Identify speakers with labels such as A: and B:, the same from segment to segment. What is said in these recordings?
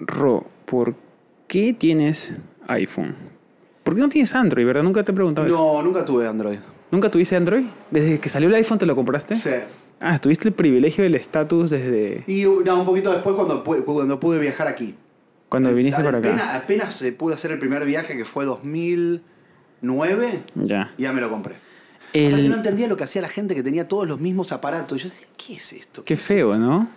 A: Ro, ¿por qué tienes iPhone? ¿Por qué no tienes Android, verdad? Nunca te he preguntado eso.
B: No, nunca tuve Android.
A: ¿Nunca tuviste Android? ¿Desde que salió el iPhone te lo compraste?
B: Sí.
A: Ah, tuviste el privilegio del estatus desde
B: Y no, un poquito después cuando, pu- cuando pude viajar aquí.
A: cuando viniste para acá.
B: Apenas, apenas eh, pude hacer el primer viaje que fue 2009,
A: Ya.
B: ya me lo compré. Aparte,
A: El-
B: no entendía lo que hacía la gente que tenía todos los mismos aparatos. Yo decía, ¿qué es esto?
A: Qué feo, ¿no?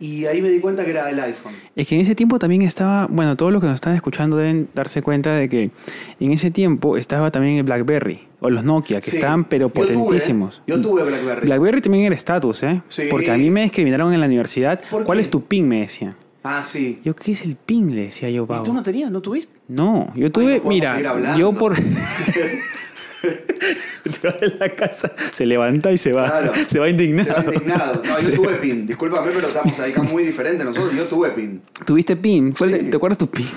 B: Y ahí me di cuenta que era el iPhone.
A: Es que en ese tiempo también estaba, bueno, todos los que nos están escuchando deben darse cuenta de que en ese tiempo estaba también el BlackBerry o los Nokia, que
B: Sí.
A: estaban pero
B: Yo tuve, ¿eh?
A: potentísimos.
B: Yo tuve BlackBerry.
A: BlackBerry también era estatus, ¿eh?
B: Sí.
A: Porque a mí me discriminaron en la universidad.
B: ¿Por
A: ¿Cuál
B: qué?
A: es tu pin? Me decían.
B: Ah, sí.
A: Yo, ¿qué es el pin? Le decía yo,
B: ¿Y tú
A: Pablo.
B: no tenías? ¿No tuviste?
A: No, yo tuve,
B: podemos seguir
A: mira,
B: hablando.
A: yo por... Te va de la casa, se levanta y se va.
B: Claro.
A: Se va
B: Se
A: indignado.
B: va indignado. No, yo tuve PIN. Discúlpame, pero estamos ahí muy diferente nosotros. Yo tuve PIN.
A: ¿Tuviste pin? ¿Fue el-
B: Sí.
A: ¿Te acuerdas tu pin?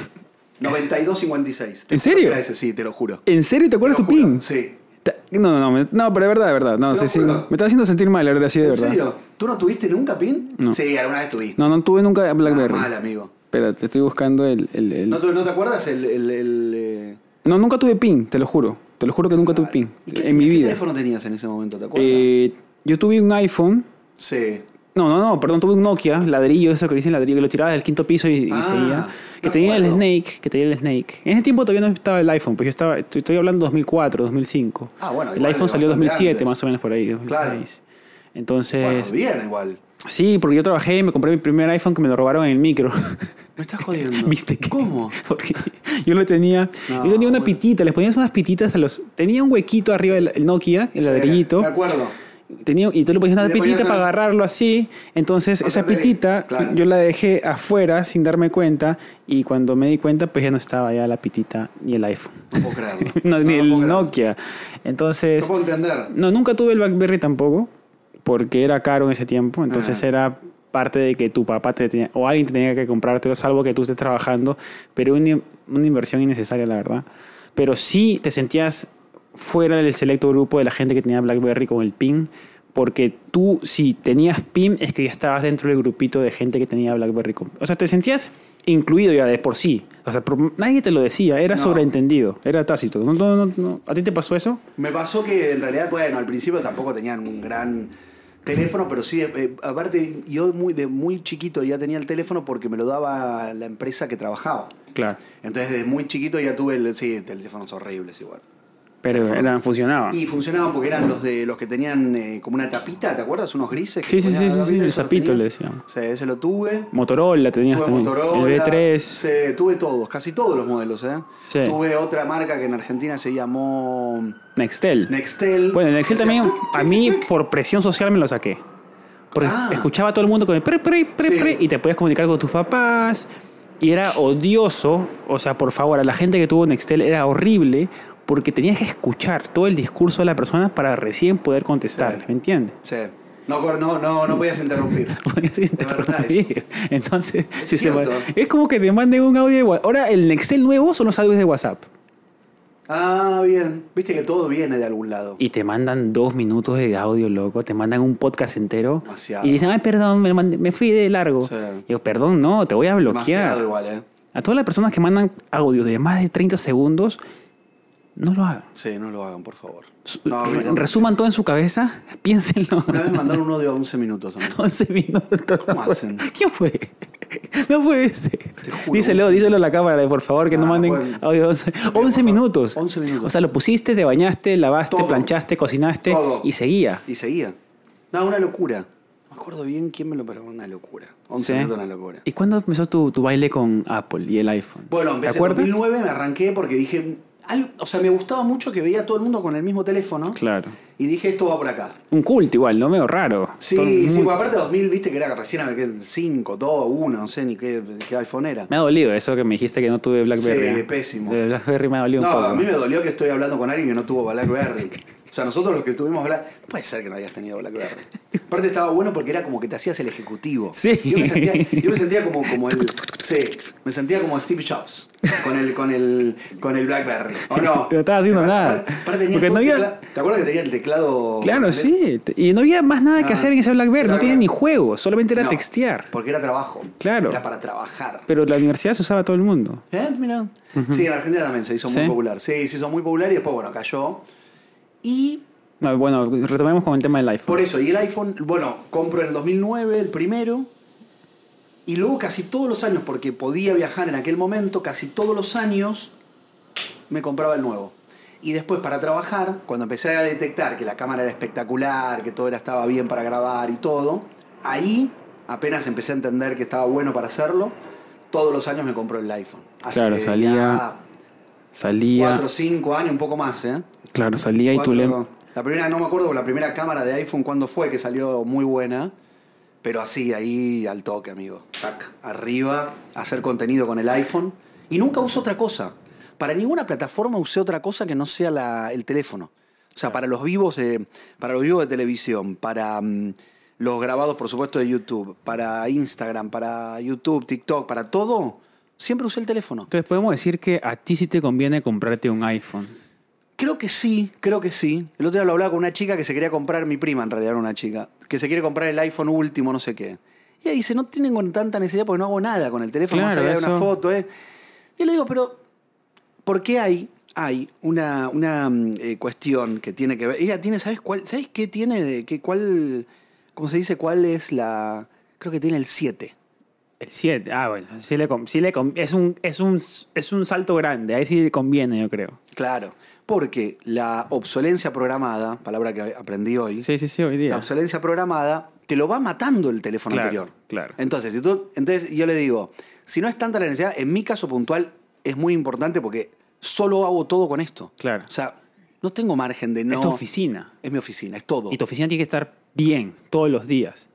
B: 9256. Te
A: ¿En
B: juro
A: serio?
B: que era ese, sí, te lo juro.
A: ¿En serio te acuerdas
B: Te
A: tu
B: lo juro,
A: pin?
B: Sí.
A: Ta- No, no, no, me- no, pero de verdad, de verdad. No,
B: Te
A: sí,
B: lo
A: sí,
B: juro.
A: me está haciendo sentir mal, ahora sí, de
B: ¿En
A: verdad.
B: serio? ¿Tú no tuviste nunca PIN?
A: No.
B: Sí, alguna vez tuviste.
A: No, no tuve nunca Blackberry.
B: Ah, mal, amigo.
A: Espera, te estoy buscando el. el- el-
B: ¿No
A: No,
B: te, no te acuerdas el... el- el, eh,
A: nunca tuve PIN, te lo juro. Te lo juro que nunca tuve PIN.
B: ¿y qué-
A: En mi
B: qué
A: vida.
B: teléfono tenías en ese momento? ¿Te acuerdas?
A: Eh, yo tuve un iPhone.
B: sí.
A: No, no, no, perdón, tuve un Nokia, ladrillo, eso que dicen ladrillo, que lo tirabas del quinto piso y, y
B: Ah,
A: seguía. Que
B: me
A: tenía el
B: acuerdo.
A: Snake, que tenía el Snake. En ese tiempo todavía no estaba el iPhone, pues yo estaba, estoy, estoy hablando 2004, 2005.
B: Ah, bueno,
A: El
B: igual,
A: iPhone
B: de
A: salió
B: bastante
A: 2007,
B: antes.
A: más o menos por ahí, 2006. Entonces,
B: Bueno, bien igual.
A: Sí, porque yo trabajé y me compré mi primer iPhone que me lo robaron en el micro.
B: Me estás jodiendo.
A: ¿Viste que-
B: ¿Cómo?
A: Porque yo lo tenía.
B: No,
A: yo tenía una
B: bueno.
A: pitita, les ponías unas pititas a los. Tenía un huequito arriba del el Nokia,
B: Sí,
A: el ladrillito.
B: Me acuerdo.
A: Tenía, y tú le ponías una
B: Y le
A: pitita
B: ponías una-
A: para agarrarlo así. Entonces,
B: Para
A: esa
B: hacerle-
A: pitita
B: claro.
A: yo la dejé afuera sin darme cuenta. Y cuando me di cuenta, pues ya no estaba ya la pitita ni el iPhone.
B: No puedo creerlo.
A: No, ni
B: lo
A: el
B: puedo creer.
A: Nokia. Entonces.
B: No puedo entender.
A: No, nunca tuve el BlackBerry tampoco, porque era caro en ese tiempo, entonces
B: Ah.
A: era parte de que tu papá te tenía, o alguien te tenía que comprártelo, salvo que tú estés trabajando, pero una, una inversión innecesaria, la verdad. Pero sí te sentías fuera del selecto grupo de la gente que tenía BlackBerry con el PIN, porque tú, si tenías PIN, es que ya estabas dentro del grupito de gente que tenía BlackBerry con O sea, te sentías incluido ya de por sí. O sea, pero nadie te lo decía, era
B: No.
A: sobreentendido, era tácito. No, no, no, no. ¿A ti te pasó eso?
B: Me pasó que en realidad, bueno, al principio tampoco tenían un gran teléfono, pero sí, eh, aparte yo muy, de muy chiquito ya tenía el teléfono porque me lo daba la empresa que trabajaba.
A: Claro.
B: Entonces desde muy chiquito ya tuve el, sí, teléfonos horribles igual.
A: Pero eran, funcionaban.
B: Y funcionaban porque eran los de los que tenían eh, como una tapita, ¿te acuerdas? Unos grises. que
A: Sí, sí,
B: ponían
A: sí,
B: la
A: sí, sí,
B: tapita, eso
A: el
B: lo
A: sapito
B: tenía.
A: le decíamos.
B: Sí, ese lo tuve.
A: Motorola tenías
B: Tuve
A: también.
B: Motorola,
A: el B3.
B: sí, tuve todos, casi todos los modelos, ¿eh?
A: Sí.
B: Tuve otra marca que en Argentina se llamó
A: Nextel.
B: Nextel.
A: Bueno, el Nextel
B: O sea,
A: también,
B: tuc, tuc,
A: a mí
B: tuc.
A: por presión social me lo saqué. Porque
B: Ah.
A: escuchaba a todo el mundo con el pre, pre, pre,
B: Sí.
A: pre, y te podías comunicar con tus papás. Y era odioso. O sea, por favor, a la gente que tuvo Nextel era horrible porque tenías que escuchar todo el discurso de la persona para recién poder contestar.
B: Sí.
A: ¿Me entiendes?
B: Sí. No, cor- no, no, no podías interrumpir.
A: podías interrumpir. Entonces,
B: Es
A: si se va-
B: cierto.
A: es como que te manden un audio de WhatsApp. Ahora, el Nextel nuevo son los audios de WhatsApp.
B: Ah, bien. Viste que todo viene de algún lado.
A: Y te mandan dos minutos de audio, loco. Te mandan un podcast entero.
B: Demasiado.
A: Y dicen, ay, perdón, me, lo mandé- me fui de largo.
B: Sí.
A: Y Yo, perdón, no, te voy a
B: Demasiado
A: bloquear.
B: igual, ¿eh?
A: A todas las personas que mandan audios de más de 30 segundos, no lo hagan.
B: Sí, no lo hagan, por favor.
A: Su-
B: No,
A: re-
B: mira,
A: Resuman todo en su cabeza, piénsenlo.
B: Una vez mandaron un audio a 11 minutos. amigo.
A: 11 minutos.
B: ¿Cómo hacen?
A: ¿Quién fue? No fue ese.
B: juro,
A: díselo,
B: 11
A: díselo a la cámara, por favor, que no,
B: No, no
A: manden
B: pueden.
A: audio 11,
B: por
A: 11
B: favor.
A: minutos.
B: 11 minutos.
A: O sea, lo pusiste, te bañaste, lavaste,
B: Todo.
A: planchaste, cocinaste
B: Todo.
A: y seguía.
B: Y seguía. No, una locura. No me acuerdo bien quién me lo paró. Una locura. 11
A: Sí.
B: minutos, una locura.
A: ¿Y cuándo empezó tu, tu baile con Apple y el iPhone?
B: Bueno,
A: ¿Te
B: empecé en
A: acuerdas?
B: 2009, me arranqué porque dije... algo- o sea, me gustaba mucho que veía a todo el mundo con el mismo teléfono.
A: Claro.
B: Y dije, esto va por acá.
A: Un culto igual, ¿no? Medio raro. Todo
B: Sí,
A: muy-
B: sí, porque aparte 2000, viste que era recién que 5, 2, 1, no sé ni qué, qué iPhone era.
A: Me ha dolido eso que me dijiste que no tuve BlackBerry.
B: Sí,
A: ¿eh?
B: pésimo.
A: De BlackBerry me ha dolido
B: No,
A: un poco.
B: a mí me dolió que estoy hablando con alguien que no tuvo BlackBerry. O sea, nosotros los que estuvimos Black... No puede ser que no hayas tenido BlackBerry. Aparte estaba bueno porque era como que te hacías el ejecutivo.
A: Sí.
B: Yo me sentía, yo me sentía como, como el... Sí, me sentía como Steve Jobs con el, con el, con el BlackBerry. ¿O no?
A: No estaba haciendo
B: Aparte-
A: nada.
B: aparte tenía
A: Porque
B: todo
A: no había-
B: tecla- ¿Te acuerdas que tenía el teclado?
A: Claro,
B: con
A: sí. Te- Y no había más nada que
B: Ah,
A: hacer en ese BlackBerry. No
B: Blackberry.
A: tenía ni juego, solamente era
B: No,
A: textear.
B: Porque era trabajo.
A: Claro.
B: Era para trabajar.
A: Pero la universidad se usaba todo el mundo.
B: ¿Eh? Mira. Sí, en Argentina también se hizo
A: ¿Sí?
B: muy popular. Sí, se hizo muy popular y después, bueno, cayó. Y
A: No, Ah, bueno, retomemos con el tema del iPhone.
B: por eso, y el iPhone, bueno, compro en el 2009 el primero. Y luego casi todos los años, porque podía viajar en aquel momento, casi todos los años me compraba el nuevo. Y después para trabajar, cuando empecé a detectar que la cámara era espectacular, que todo era, estaba bien para grabar y todo, ahí apenas empecé a entender que estaba bueno para hacerlo, todos los años me compró el iPhone.
A: Claro,
B: que
A: salía-
B: ya
A: salía,
B: Cuatro, cinco años, un poco más, ¿eh?
A: claro, salía y tú
B: Cuatro,
A: le...
B: no. La primera, no me acuerdo, la primera cámara de iPhone cuándo fue, que salió muy buena. Pero así, ahí al toque, amigo. Tac, arriba, hacer contenido con el iPhone. Y nunca uso otra cosa. Para ninguna plataforma usé otra cosa que no sea la- el teléfono. O sea, para los vivos, eh, para los vivos de televisión, para mm, los grabados, por supuesto, de YouTube, para Instagram, para YouTube, TikTok, para todo, siempre usé el teléfono.
A: Entonces podemos decir que a ti sí te conviene comprarte un iPhone.
B: Creo que sí, creo que sí. El otro día lo hablaba con una chica que se quería comprar, mi prima en realidad era una chica, que se quiere comprar el iPhone último, no sé qué. Y ella dice, no tengo tanta necesidad porque no hago nada con el teléfono,
A: Claro,
B: más allá de una
A: eso.
B: foto. ¿eh? Y le digo, pero ¿por qué hay, hay una, una mm, eh, cuestión que tiene que ver? Ella tiene, ¿sabes cuál? ¿Sabes qué tiene? de- qué, ¿Cuál, cómo se dice? ¿Cuál es la...? Creo que tiene el 7.
A: El 7, ah, bueno, sí le, com- sí le com- es, un, es, un, es un salto grande, ahí sí le conviene, yo creo.
B: Claro, porque la obsolencia programada, palabra que aprendí hoy,
A: Sí, sí, sí, hoy
B: la
A: día.
B: obsolencia programada, te lo va matando el teléfono
A: Claro,
B: anterior.
A: claro.
B: Entonces, si tú- entonces, yo le digo, si no es tanta la necesidad, en mi caso puntual es muy importante porque solo hago todo con esto.
A: Claro.
B: O sea, no tengo margen de no.
A: Es tu oficina.
B: Es mi oficina, es todo.
A: Y tu oficina tiene que estar bien todos los días.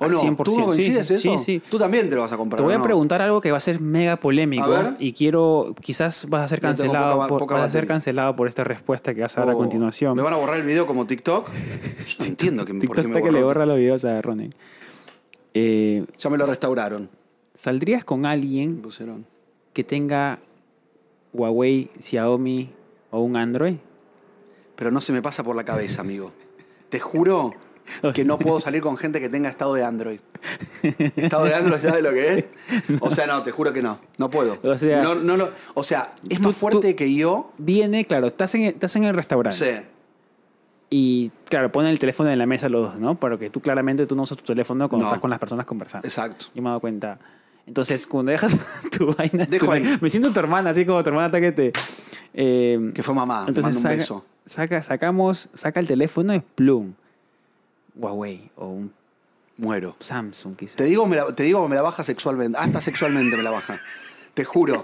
B: ¿O
A: al
B: no?
A: 100%.
B: ¿Tú no
A: Sí,
B: coincides
A: sí,
B: eso?
A: Sí, sí.
B: Tú también te lo vas a comprar.
A: Te voy
B: ¿o
A: a
B: no?
A: preguntar algo que va a ser mega polémico
B: A ver.
A: y quiero, quizás vas a ser
B: Yo tengo
A: cancelado,
B: poca ba-
A: por,
B: poca
A: vas a ser
B: batería.
A: cancelado por esta respuesta que vas a dar a
B: Oh,
A: continuación.
B: ¿Me van a borrar el video como TikTok? Yo no entiendo que, por
A: TikTok
B: qué me
A: está que le
B: borró.
A: borra los videos a Ronen. Eh,
B: Ya me lo restauraron.
A: ¿Saldrías con
B: Me
A: alguien
B: pusieron.
A: que tenga Huawei, Xiaomi o un Android?
B: Pero no se me pasa por la cabeza, amigo. Te juro que no puedo salir con gente que tenga estado de Android. ¿Estado de Android sabes lo que es? O sea, no, te juro que no. No puedo.
A: O sea-
B: no, no lo- o sea es más
A: Tú-
B: fuerte
A: tú-
B: que yo.
A: Viene, claro, estás en, estás en el restaurante.
B: Sí.
A: Y claro, ponen el teléfono en la mesa los dos, ¿no? Porque tú claramente tú no usas tu teléfono cuando
B: No.
A: estás con las personas conversando.
B: Exacto.
A: Yo me he dado cuenta. Entonces, cuando dejas tu vaina...
B: Dejo
A: tu-
B: ahí.
A: Me siento tu hermana, así como tu hermana está que te... eh,
B: Que fue mamá. Te
A: entonces
B: mando un
A: saca,
B: beso.
A: saca- sacamos, saca el teléfono y plum. Huawei o un
B: Muero.
A: Samsung quizás.
B: Te digo, me la, te digo, me la baja sexualmente. Hasta sexualmente me la baja. Te juro.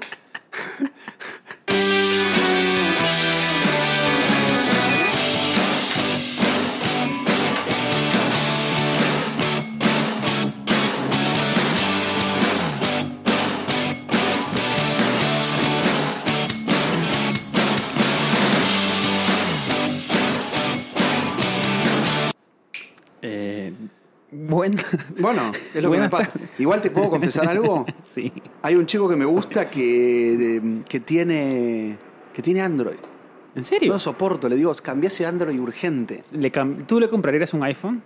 A: Eh, bueno.
B: Bueno, es lo que me
A: Buenas
B: pasa. Igual te puedo confesar algo.
A: sí.
B: Hay un chico que me gusta que, de- que tiene que tiene Android.
A: ¿En serio?
B: No lo soporto. Le digo, cambia ese Android urgente.
A: ¿Le cam- ¿Tú le comprarías un iPhone?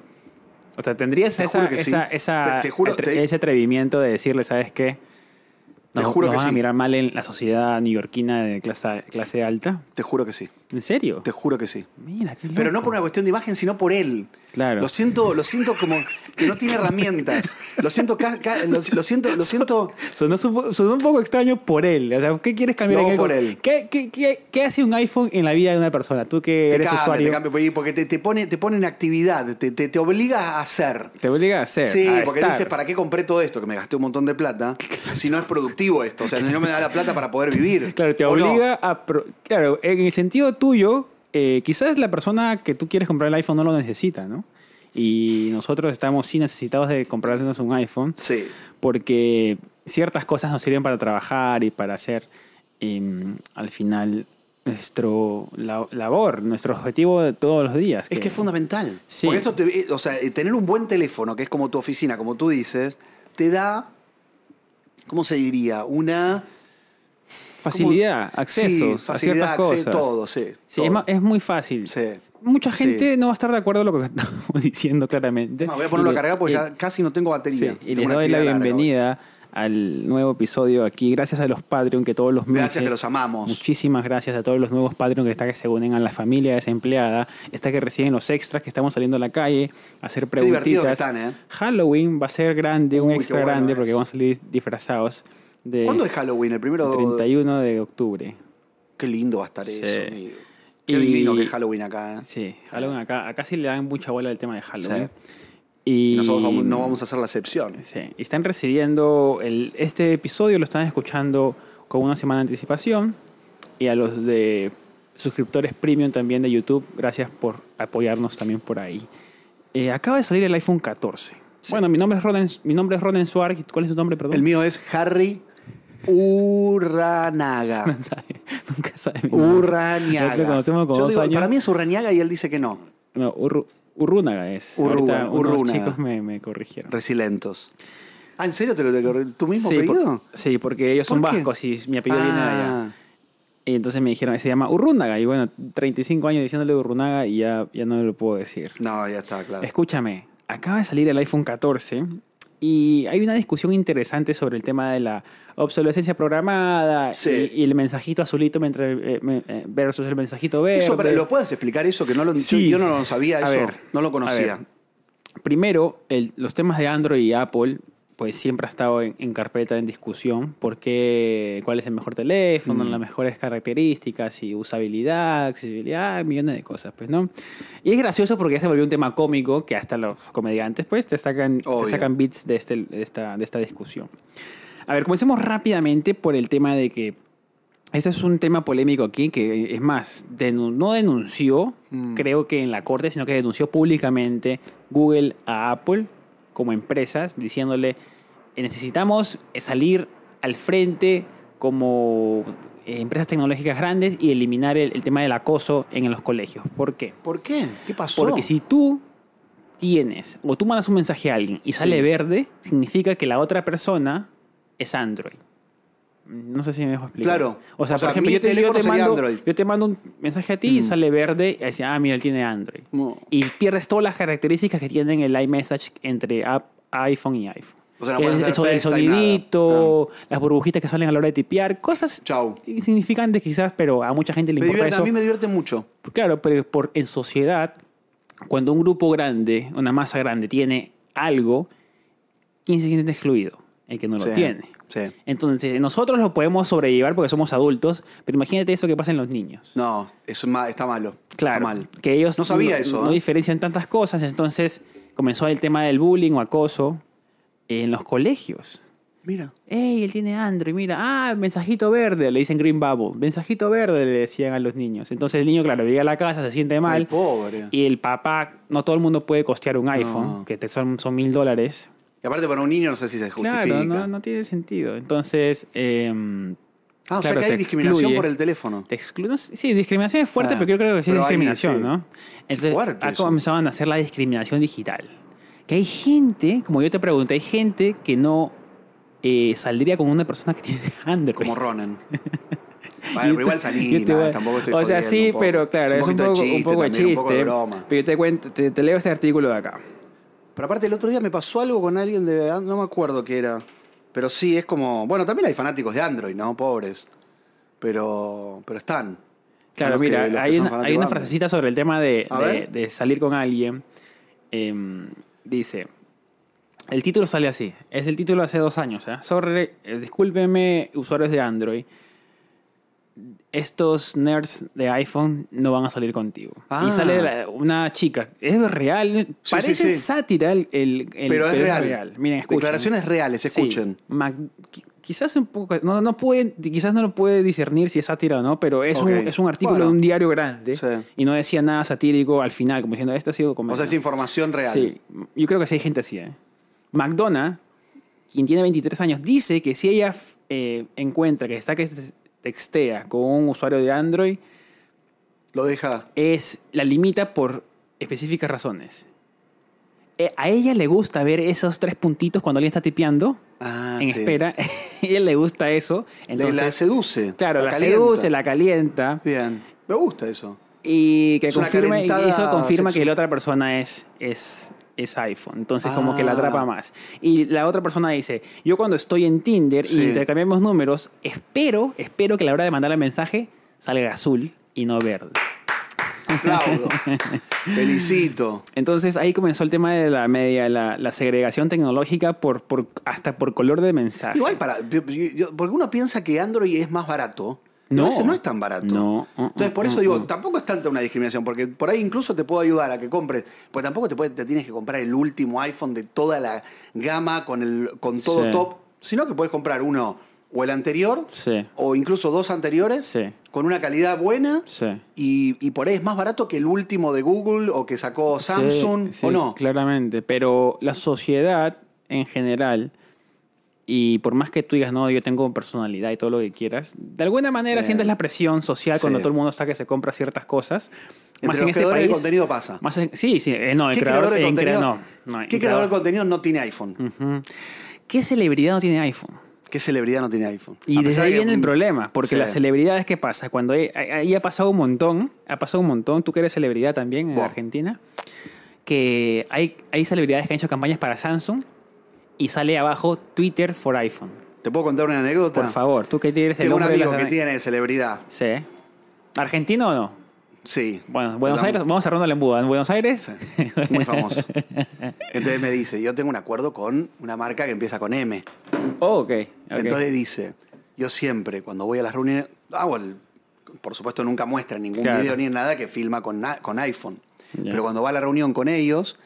A: O sea, ¿tendrías
B: Te
A: esa,
B: juro que sí.
A: esa, esa-
B: Te- te juro,
A: atre-
B: te-
A: ese atrevimiento de decirle, ¿sabes qué?
B: Te
A: Nos,
B: juro
A: nos
B: que
A: van a
B: sí.
A: mirar mal en la sociedad neoyorquina de clase, clase alta.
B: Te juro que sí.
A: ¿En serio?
B: Te juro que sí.
A: Mira, qué
B: Pero no
A: loco.
B: por una cuestión de imagen, sino por él.
A: Claro.
B: Lo siento, lo siento como que no tiene herramientas. Lo siento, ca- ca- lo, lo siento, lo siento.
A: Sonó, su- sonó un poco extraño por él. O sea, ¿qué quieres cambiar
B: No,
A: en
B: por él.
A: ¿Qué, qué, qué, qué hace un iPhone en la vida de una persona? Tú que
B: Te
A: eres
B: cambia,
A: usuario.
B: te cambia, pues, porque te, te pone, te pone en actividad, te, te, te obliga a hacer.
A: Te obliga a hacer.
B: Sí,
A: Eh, a
B: porque
A: estar.
B: dices, ¿para qué compré todo esto? Que me gasté un montón de plata. Si no es productivo esto, o sea, si no me da la plata para poder vivir.
A: Claro, te
B: ¿O no?
A: obliga a... pro- Claro, en el sentido tuyo, eh, quizás la persona que tú quieres comprar el iPhone no lo necesita, ¿no? Y nosotros estamos sí necesitados de comprarnos un iPhone
B: Sí.
A: porque ciertas cosas nos sirven para trabajar y para hacer em, al final nuestro la- labor, nuestro objetivo de todos los días.
B: Es que es fundamental.
A: Sí.
B: Porque esto te- eh, o sea, tener un buen teléfono, que es como tu oficina, como tú dices, te da, ¿cómo se diría? Una
A: facilidad,
B: como-
A: acceso
B: Sí,
A: a
B: facilidad,
A: ciertas
B: acceso,
A: cosas.
B: todo, sí.
A: Sí,
B: todo.
A: es, eh, ma- es muy fácil.
B: Sí.
A: Mucha gente no va a estar de acuerdo con lo que estamos diciendo claramente.
B: No, voy a ponerlo
A: Y
B: a
A: le-
B: cargar porque
A: y-
B: ya casi no tengo
A: sí,
B: batería.
A: y
B: Tengo
A: les
B: una
A: doy la
B: actividad larga hoy.
A: bienvenida al nuevo episodio aquí. Gracias a los Patreon que todos los meses.
B: Gracias, que los amamos.
A: Muchísimas gracias a todos los nuevos Patreon que está que se unen a la familia desempleada, está que reciben los extras que estamos saliendo a la calle a hacer preguntitas.
B: divertido que están, ¿eh?
A: Halloween va a ser grande, un
B: Uy, qué
A: extra
B: bueno
A: grande
B: es.
A: porque vamos a salir disfrazados de
B: ¿Cuándo es Halloween? El primero.
A: 31 de octubre.
B: Qué lindo va a estar eso,
A: Sí.
B: amigo. Qué
A: Y-
B: divino que es Halloween acá. ¿eh?
A: Sí, Halloween acá, acá sí le dan mucha bola al tema de Halloween.
B: Sí.
A: Y
B: Nosotros vamos- no vamos a hacer la excepción.
A: Sí, y están recibiendo el, este episodio, lo están escuchando con una semana de anticipación. Y a los de suscriptores premium también de YouTube, gracias por apoyarnos también por ahí. Eh, acaba de salir el iPhone 14. Bueno, mi nombre es Ronen, mi nombre es Ronen Suárez. ¿Cuál es tu nombre, perdón?
B: El mío es Harry Urranaga.
A: Nunca sabe mi nombre.
B: Urraniaga.
A: Lo conocemos como
B: Yo
A: dos
B: digo,
A: años.
B: Para mí es Urraniaga y él dice que no.
A: No, Urru- Urrunaga es.
B: Urruga-
A: Ahorita unos
B: Urrunaga.
A: chicos me, me corrigieron.
B: Resilentos. Ah, ¿en serio te lo te lo- ¿Tu mismo
A: Sí, por-
B: apellido?
A: sí, porque ellos son
B: ¿Por qué?
A: vascos y mi apellido viene de allá.
B: Ah,
A: Y entonces me dijeron, "Eh, se llama Urrunaga. Y bueno, 35 años diciéndole Urrunaga y ya, ya no lo puedo decir.
B: No, ya está, claro.
A: Escúchame, acaba de salir el iPhone 14 y hay una discusión interesante sobre el tema de la obsolescencia programada
B: Sí.
A: y, y el mensajito azulito mientras, eh, me- eh, versus el mensajito verde.
B: Eso, pero, ¿Lo puedes explicar eso? Que no lo, yo-
A: Sí.
B: yo, no lo sabía
A: A
B: eso.
A: ver,
B: no lo
A: a
B: conocía.
A: ver. Primero, el- los temas de Android y Apple, pues siempre ha estado en, en carpeta, en discusión, por qué, cuál es el mejor teléfono, las mejores características, y usabilidad, accesibilidad, millones de cosas, pues, ¿no? Y es gracioso porque ya se volvió un tema cómico que hasta los comediantes, pues, te sacan, te
B: Obvio.
A: sacan bits de, este, de, esta, de esta discusión. A ver, comencemos rápidamente por el tema de que ese es un tema polémico aquí, que es más, denu- no denunció, creo que en la corte, sino que denunció públicamente Google a Apple como empresas, diciéndole, "Eh, necesitamos salir al frente como eh, empresas tecnológicas grandes y eliminar el, el tema del acoso en los colegios. ¿Por qué?
B: ¿Por qué? ¿Qué pasó?
A: Porque si tú tienes o tú mandas un mensaje a alguien y sale verde, significa que la otra persona es Android. No sé si me dejo explicar.
B: Claro.
A: O sea,
B: O sea,
A: por ejemplo,
B: mi
A: yo te, yo
B: teléfono
A: te
B: sería
A: mando,
B: Android. Mm.
A: yo te mando un mensaje a ti y sale verde y dice, ah, mira, él tiene Android.
B: No.
A: Y pierdes todas las características que tienen el iMessage entre app- iPhone y iPhone.
B: O sea, no
A: Que
B: puedes
A: es
B: hacer
A: el, so- el
B: FaceTime, nada.
A: sonidito, las burbujitas que salen a la hora de tipear, cosas
B: Chau.
A: insignificantes quizás, pero a mucha gente le
B: Me
A: importa
B: divierte-
A: eso.
B: a mí me divierte mucho.
A: Claro, pero por, en sociedad, cuando un grupo grande, una masa grande, tiene algo, ¿quién se siente excluido? El que no lo
B: Sí,
A: tiene.
B: sí.
A: Entonces, nosotros lo podemos sobrellevar porque somos adultos, pero imagínate eso que pasa en los niños.
B: No, eso es ma- está malo.
A: Claro,
B: Está mal.
A: que ellos
B: No sabía eso,
A: no
B: ¿eh?
A: diferencian tantas cosas. Entonces, comenzó el tema del bullying o acoso en los colegios.
B: Mira.
A: ¡Ey, él tiene Android! Mira, ¡ah, mensajito verde! Le dicen Green Bubble. Mensajito verde le decían a los niños. Entonces el niño, claro, llega a la casa, se siente mal.
B: Ay, pobre.
A: Y el papá, no todo el mundo puede costear un iPhone, que te son son mil dólares.
B: Y aparte para un niño no sé si se justifica.
A: Claro, no, no tiene sentido. Entonces, em,
B: Ah, o sea
A: Claro,
B: que hay
A: te
B: discriminación
A: excluye.
B: por el teléfono.
A: te exclu- no sé, Sí, discriminación es fuerte,
B: Ah,
A: pero yo creo que sí es
B: pero ahí,
A: discriminación,
B: sí.
A: ¿no? Entonces,
B: fuerte
A: ha
B: eso.
A: comenzado a hacer la discriminación digital. Que hay gente, como yo te pregunté, hay gente que no eh, saldría con una persona que tiene Android.
B: Como Ronan. Bueno, pero igual salí,
A: Yo te
B: nada,
A: voy-
B: tampoco estoy
A: O sea,
B: jodiendo,
A: sí,
B: un poco.
A: pero claro, es un
B: poquito de
A: poco, un poco de
B: también,
A: chiste.
B: un poco de broma.
A: Pero yo te, cuento, te, te leo este artículo de acá.
B: Pero aparte el otro día me pasó algo con alguien de... No me acuerdo qué era. Pero sí, es como... Bueno, también hay fanáticos de Android, ¿no? Pobres. Pero, pero están.
A: Claro,
B: Los que-
A: mira,
B: los que
A: hay
B: son
A: una, hay
B: fanáticos
A: una
B: de Android.
A: frasecita sobre el tema de,
B: A
A: de-
B: ver.
A: de salir con alguien. Em, dice, el título sale así. Es el título hace dos años. ¿eh? Sorry, eh, discúlpenme, usuarios de Android. Estos nerds de iPhone no van a salir contigo.
B: Ah.
A: Y sale la- una chica. Es real.
B: Sí,
A: parece
B: sí, sí.
A: sátira el, el- el-
B: Pero es real.
A: Miren, escuchen.
B: Declaraciones reales,
A: Sí.
B: escuchen.
A: Mac- qui- quizás un poco, no, no puede, quizás no lo puede discernir si es sátira o no, pero es,
B: Ok.
A: un, es un artículo
B: Bueno.
A: de un diario grande
B: Sí.
A: y no decía nada satírico al final, como diciendo, este ha sido como...
B: O sea, es información real.
A: Sí, yo creo que sí hay gente así. ¿eh? McDonough, quien tiene 23 años, dice que si ella eh, encuentra que está que textea con un usuario de Android,
B: Lo deja.
A: es la limita por específicas razones. Eh, A ella le gusta ver esos tres puntitos cuando alguien está tipeando
B: Ah,
A: en
B: sí.
A: espera. a ella le gusta eso.
B: Le-
A: Entonces,
B: la seduce.
A: claro, la,
B: calienta.
A: seduce, la calienta.
B: Bien. Me gusta eso.
A: Y que
B: Es una
A: confirma, y
B: calentada
A: eso confirma
B: sexual.
A: que la otra persona es, es, es iPhone. Entonces, como que
B: Ah.
A: la atrapa más. Y la otra persona dice: Yo cuando estoy en Tinder
B: Sí.
A: y intercambiamos números, espero, espero que a la hora de mandar el mensaje salga azul y no verde.
B: Aplaudo. Felicito.
A: Entonces ahí comenzó el tema de la media, la, la segregación tecnológica por, por, hasta por color de mensaje.
B: Igual para. yo- yo- Porque uno piensa que Android es más barato. No.
A: No.
B: A veces no es tan barato.
A: No, uh, uh,
B: Entonces, por eso
A: uh,
B: digo,
A: uh.
B: tampoco es tanta una discriminación, porque por ahí incluso te puedo ayudar a que compres. Pues tampoco te, puede- te tienes que comprar el último iPhone de toda la gama con, el, con todo
A: Sí.
B: top, sino que puedes comprar uno o el anterior,
A: Sí.
B: o incluso dos anteriores,
A: Sí.
B: con una calidad buena.
A: Sí.
B: Y, y por ahí es más barato que el último de Google o que sacó Samsung,
A: Sí, sí,
B: ¿o no?
A: Claramente, pero la sociedad en general, y por más que tú digas, no, yo tengo personalidad y todo lo que quieras, de alguna manera
B: Bien.
A: sientes la presión social
B: Sí.
A: cuando todo el mundo está que se compra ciertas cosas. este
B: Entre los creadores de contenido pasa.
A: más en- sí, sí, eh, no, el
B: ¿Qué
A: creador,
B: creador de
A: el crea-
B: contenido
A: no, Mm. no, el
B: ¿qué creador de contenido no tiene iPhone?
A: ¿Qué celebridad no tiene iPhone?
B: ¿Qué celebridad no tiene iPhone?
A: Y
B: A
A: desde
B: pesar
A: ahí
B: de que-
A: viene el problema, porque
B: Sí.
A: las celebridades, ¿qué pasa? Cuando hay- hay- ahí ha pasado un montón, ha pasado un montón, tú que eres celebridad también en
B: Buah.
A: Argentina, que hay, hay celebridades que han hecho campañas para Samsung y sale abajo Twitter for iPhone.
B: ¿Te puedo contar una anécdota?
A: Por favor, tú que tienes el
B: Ah. Tengo un
A: hombre de
B: amigo
A: las-
B: que tiene celebridad.
A: Sí. ¿Argentino o no?
B: Sí.
A: Bueno, Buenos
B: Perdón.
A: Aires, vamos cerrando la embuda. ¿En Buenos Aires?
B: Muy famoso. Entonces me dice, yo tengo un acuerdo con una marca que empieza con M.
A: Oh, ok. ok.
B: Entonces dice, yo siempre cuando voy a las reuniones, hago el- por supuesto nunca muestra ningún
A: Claro.
B: video ni nada que filma con, na- con iPhone.
A: Ya.
B: Pero cuando va a la reunión con ellos,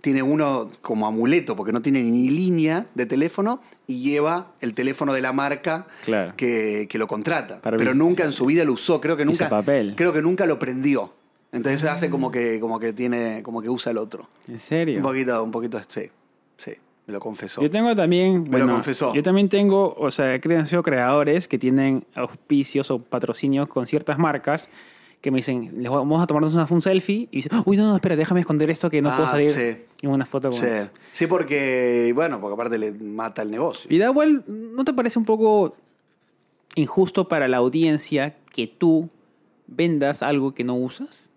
B: tiene uno como amuleto, porque no tiene ni línea de teléfono y lleva el teléfono de la marca
A: Claro.
B: que, que lo contrata.
A: Para
B: pero
A: vis-
B: nunca en su vida lo usó, creo que nunca,
A: papel.
B: creo que nunca lo prendió. Entonces hace como que, como que tiene, como que usa el otro.
A: ¿En serio?
B: Un poquito, un poquito, sí, sí, me lo confesó.
A: Yo tengo también.
B: Me lo confesó.
A: Yo también tengo, o sea, cre- han sido creadores que tienen auspicios o patrocinios con ciertas marcas que me dicen, les vamos a tomarnos una, un selfie y dicen, uy, no, no, espera, déjame esconder esto que no
B: Ah,
A: puedo salir
B: sí.
A: en una foto con
B: Sí.
A: eso.
B: sí, porque, bueno, porque aparte le mata el negocio.
A: Y da igual, ¿no te parece un poco injusto para la audiencia que tú vendas algo que no usas?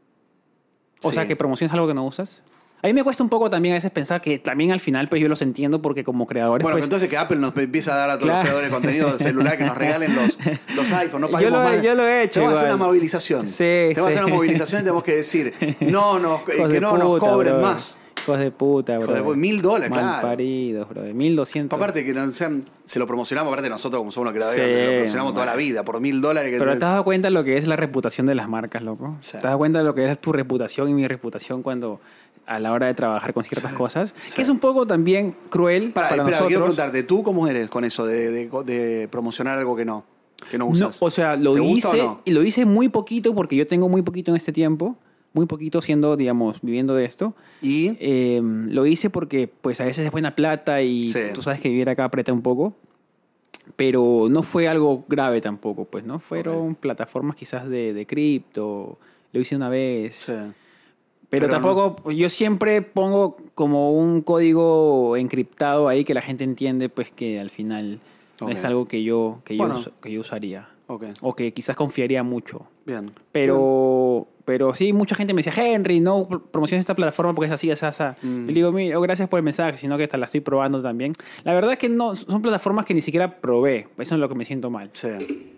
A: O
B: Sí.
A: sea, que promociones algo que no usas. A mí me cuesta un poco también a veces pensar que también al final pues yo los entiendo porque como creadores
B: Bueno, que
A: pues,
B: entonces que Apple nos empieza a dar a todos
A: Claro.
B: los creadores de contenido de celular que nos regalen los, los iPhones. No paguemos
A: Yo lo he-
B: más.
A: yo lo he hecho
B: Tenemos que hacer
A: igual.
B: una movilización.
A: Sí,
B: tenemos que
A: sí.
B: hacer una movilización y tenemos que decir no nos, eh,
A: Hijos
B: que
A: de
B: no nos
A: puta,
B: cobren
A: brother.
B: más.
A: Hijos de puta,
B: de
A: bro.
B: pu- mil dólares, claro.
A: paridos, bro. Mil doscientos.
B: Aparte que no sean- se lo promocionamos, aparte nosotros como somos los creadores,
A: Sí,
B: se lo promocionamos toda la
A: bueno.
B: vida por mil dólares. que
A: Pero
B: te-
A: te has dado cuenta lo que es la reputación de las marcas, loco.
B: Sí.
A: Te has dado cuenta de lo que es tu reputación y mi reputación cuando a la hora de trabajar con ciertas cosas. Que es un poco también cruel
B: Pará,
A: para,
B: espera, quiero
A: nosotros.
B: preguntarte, ¿tú cómo eres con eso de, de- de promocionar algo que no, que no
A: No,
B: usas?
A: o sea, lo
B: ¿Te gusta
A: hice
B: o no?
A: y lo hice muy poquito porque yo tengo muy poquito en este tiempo, muy poquito siendo, digamos, viviendo de esto.
B: Y
A: Eh, lo hice porque pues a veces es buena plata y
B: Sí.
A: tú sabes que vivir acá aprieta un poco. Pero no fue algo grave tampoco, pues, ¿no? Fueron plataformas quizás de, de cripto, lo hice una vez.
B: sí.
A: Pero,
B: Pero
A: tampoco, yo siempre pongo como un código encriptado ahí que la gente entiende, pues, que al final no
B: Ok.
A: es algo que yo, que,
B: Bueno.
A: yo, us- que yo usaría.
B: Ok,
A: O que quizás confiaría mucho.
B: bien.
A: Pero, pero sí, mucha gente me decía, Henry, no pr- promociones esta plataforma porque es así, es asa. Y le digo, mira, oh, gracias por el mensaje, sino que hasta la estoy probando también. La verdad es que no, son plataformas que ni siquiera probé. Eso es lo que me siento mal.
B: Sí.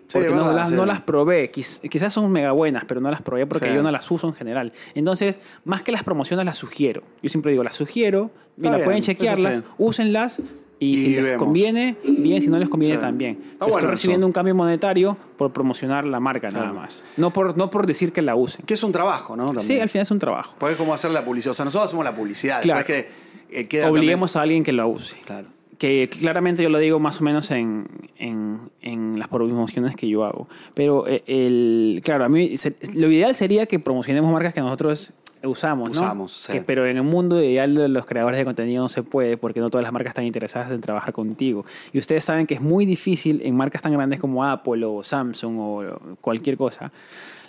B: Sí,
A: Porque
B: es
A: no,
B: verdad,
A: las,
B: sí.
A: no las probé. Quiz- quizás son mega buenas, pero no las probé porque
B: Sí.
A: yo no las uso en general. Entonces, más que las promociones, las sugiero. Yo siempre digo, las sugiero, mira,
B: bien,
A: pueden
B: eso
A: chequearlas,
B: sí.
A: úsenlas. Y,
B: Y
A: si les
B: vemos.
A: conviene, bien, si no les conviene
B: Sí.
A: también.
B: Está
A: Pero
B: bueno
A: estoy
B: eso.
A: recibiendo un cambio monetario por promocionar la marca nada
B: Claro.
A: más. No por, no por decir que la usen.
B: Que es un trabajo, ¿no? También.
A: Sí, al final es un trabajo.
B: Porque es como hacer la publicidad. O sea, nosotros hacemos la publicidad.
A: Claro.
B: Después que eh, queda
A: Obliguemos a alguien que la use.
B: también- Claro.
A: que claramente yo lo digo más o menos en, en, en las promociones que yo hago. Pero eh, el, claro, a mí se- lo ideal sería que promocionemos marcas que nosotros usamos, ¿no?
B: Usamos, sí.
A: Que- pero en el mundo ideal de los creadores de contenido no se puede porque no todas las marcas están interesadas en trabajar contigo. Y ustedes saben que es muy difícil en marcas tan grandes como Apple o Samsung o cualquier cosa.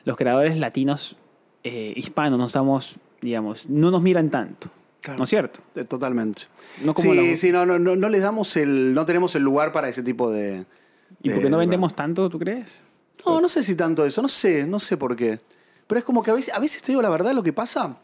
A: Los creadores latinos, eh, hispanos, no estamos, digamos, no nos miran tanto.
B: Claro.
A: ¿No es cierto?
B: Eh, Totalmente.
A: No como
B: sí,
A: la-
B: sí, no, no, no, no les damos el. No tenemos el lugar para ese tipo de.
A: ¿Y
B: de-
A: por qué no
B: de-
A: vendemos tanto, tú crees?
B: No, no sé si tanto eso, no sé, no sé por qué. Pero es como que a veces, a veces te digo la verdad, lo que pasa,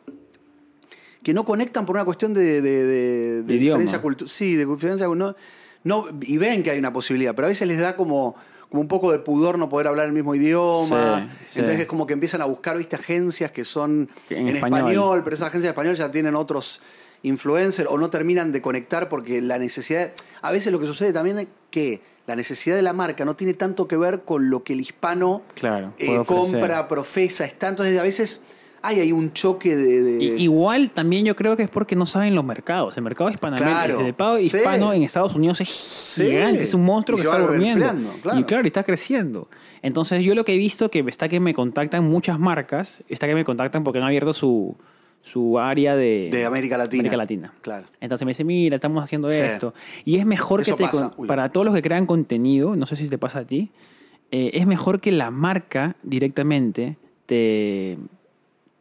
B: que no conectan por una cuestión de, de, de- de
A: De idioma.
B: diferencia cultural. Sí, de diferencia no, no Y ven que hay una posibilidad, pero a veces les da como, como un poco de pudor no poder hablar el mismo idioma.
A: Sí, sí.
B: Entonces es como que empiezan a buscar, viste, agencias que son
A: Que
B: en,
A: en
B: español.
A: español.
B: pero esas agencias de español ya tienen otros influencers o no terminan de conectar porque la necesidad. A veces lo que sucede también es que la necesidad de la marca no tiene tanto que ver con lo que el hispano
A: Claro,
B: eh,
A: puede ofrecer.
B: compra, profesa, está. Entonces a veces hay, hay un choque de. de-
A: Y- igual también yo creo que es porque no saben los mercados. El mercado hispanoamericano,
B: Claro.
A: el mercado hispano
B: Sí.
A: en Estados Unidos es gigante, es un monstruo
B: Y
A: que
B: se
A: está
B: va
A: durmiendo.
B: ampliando, claro.
A: Y claro, está creciendo. Entonces yo lo que he visto que está que me contactan muchas marcas, está que me contactan porque han abierto su, su área de,
B: De América Latina.
A: América Latina.
B: Claro.
A: Entonces me dice, mira, estamos haciendo
B: Sí.
A: esto. Y es mejor
B: Eso
A: que te
B: pasa.
A: con-
B: Uy.
A: para todos los que crean contenido, no sé si te pasa a ti, eh, es mejor que la marca directamente te,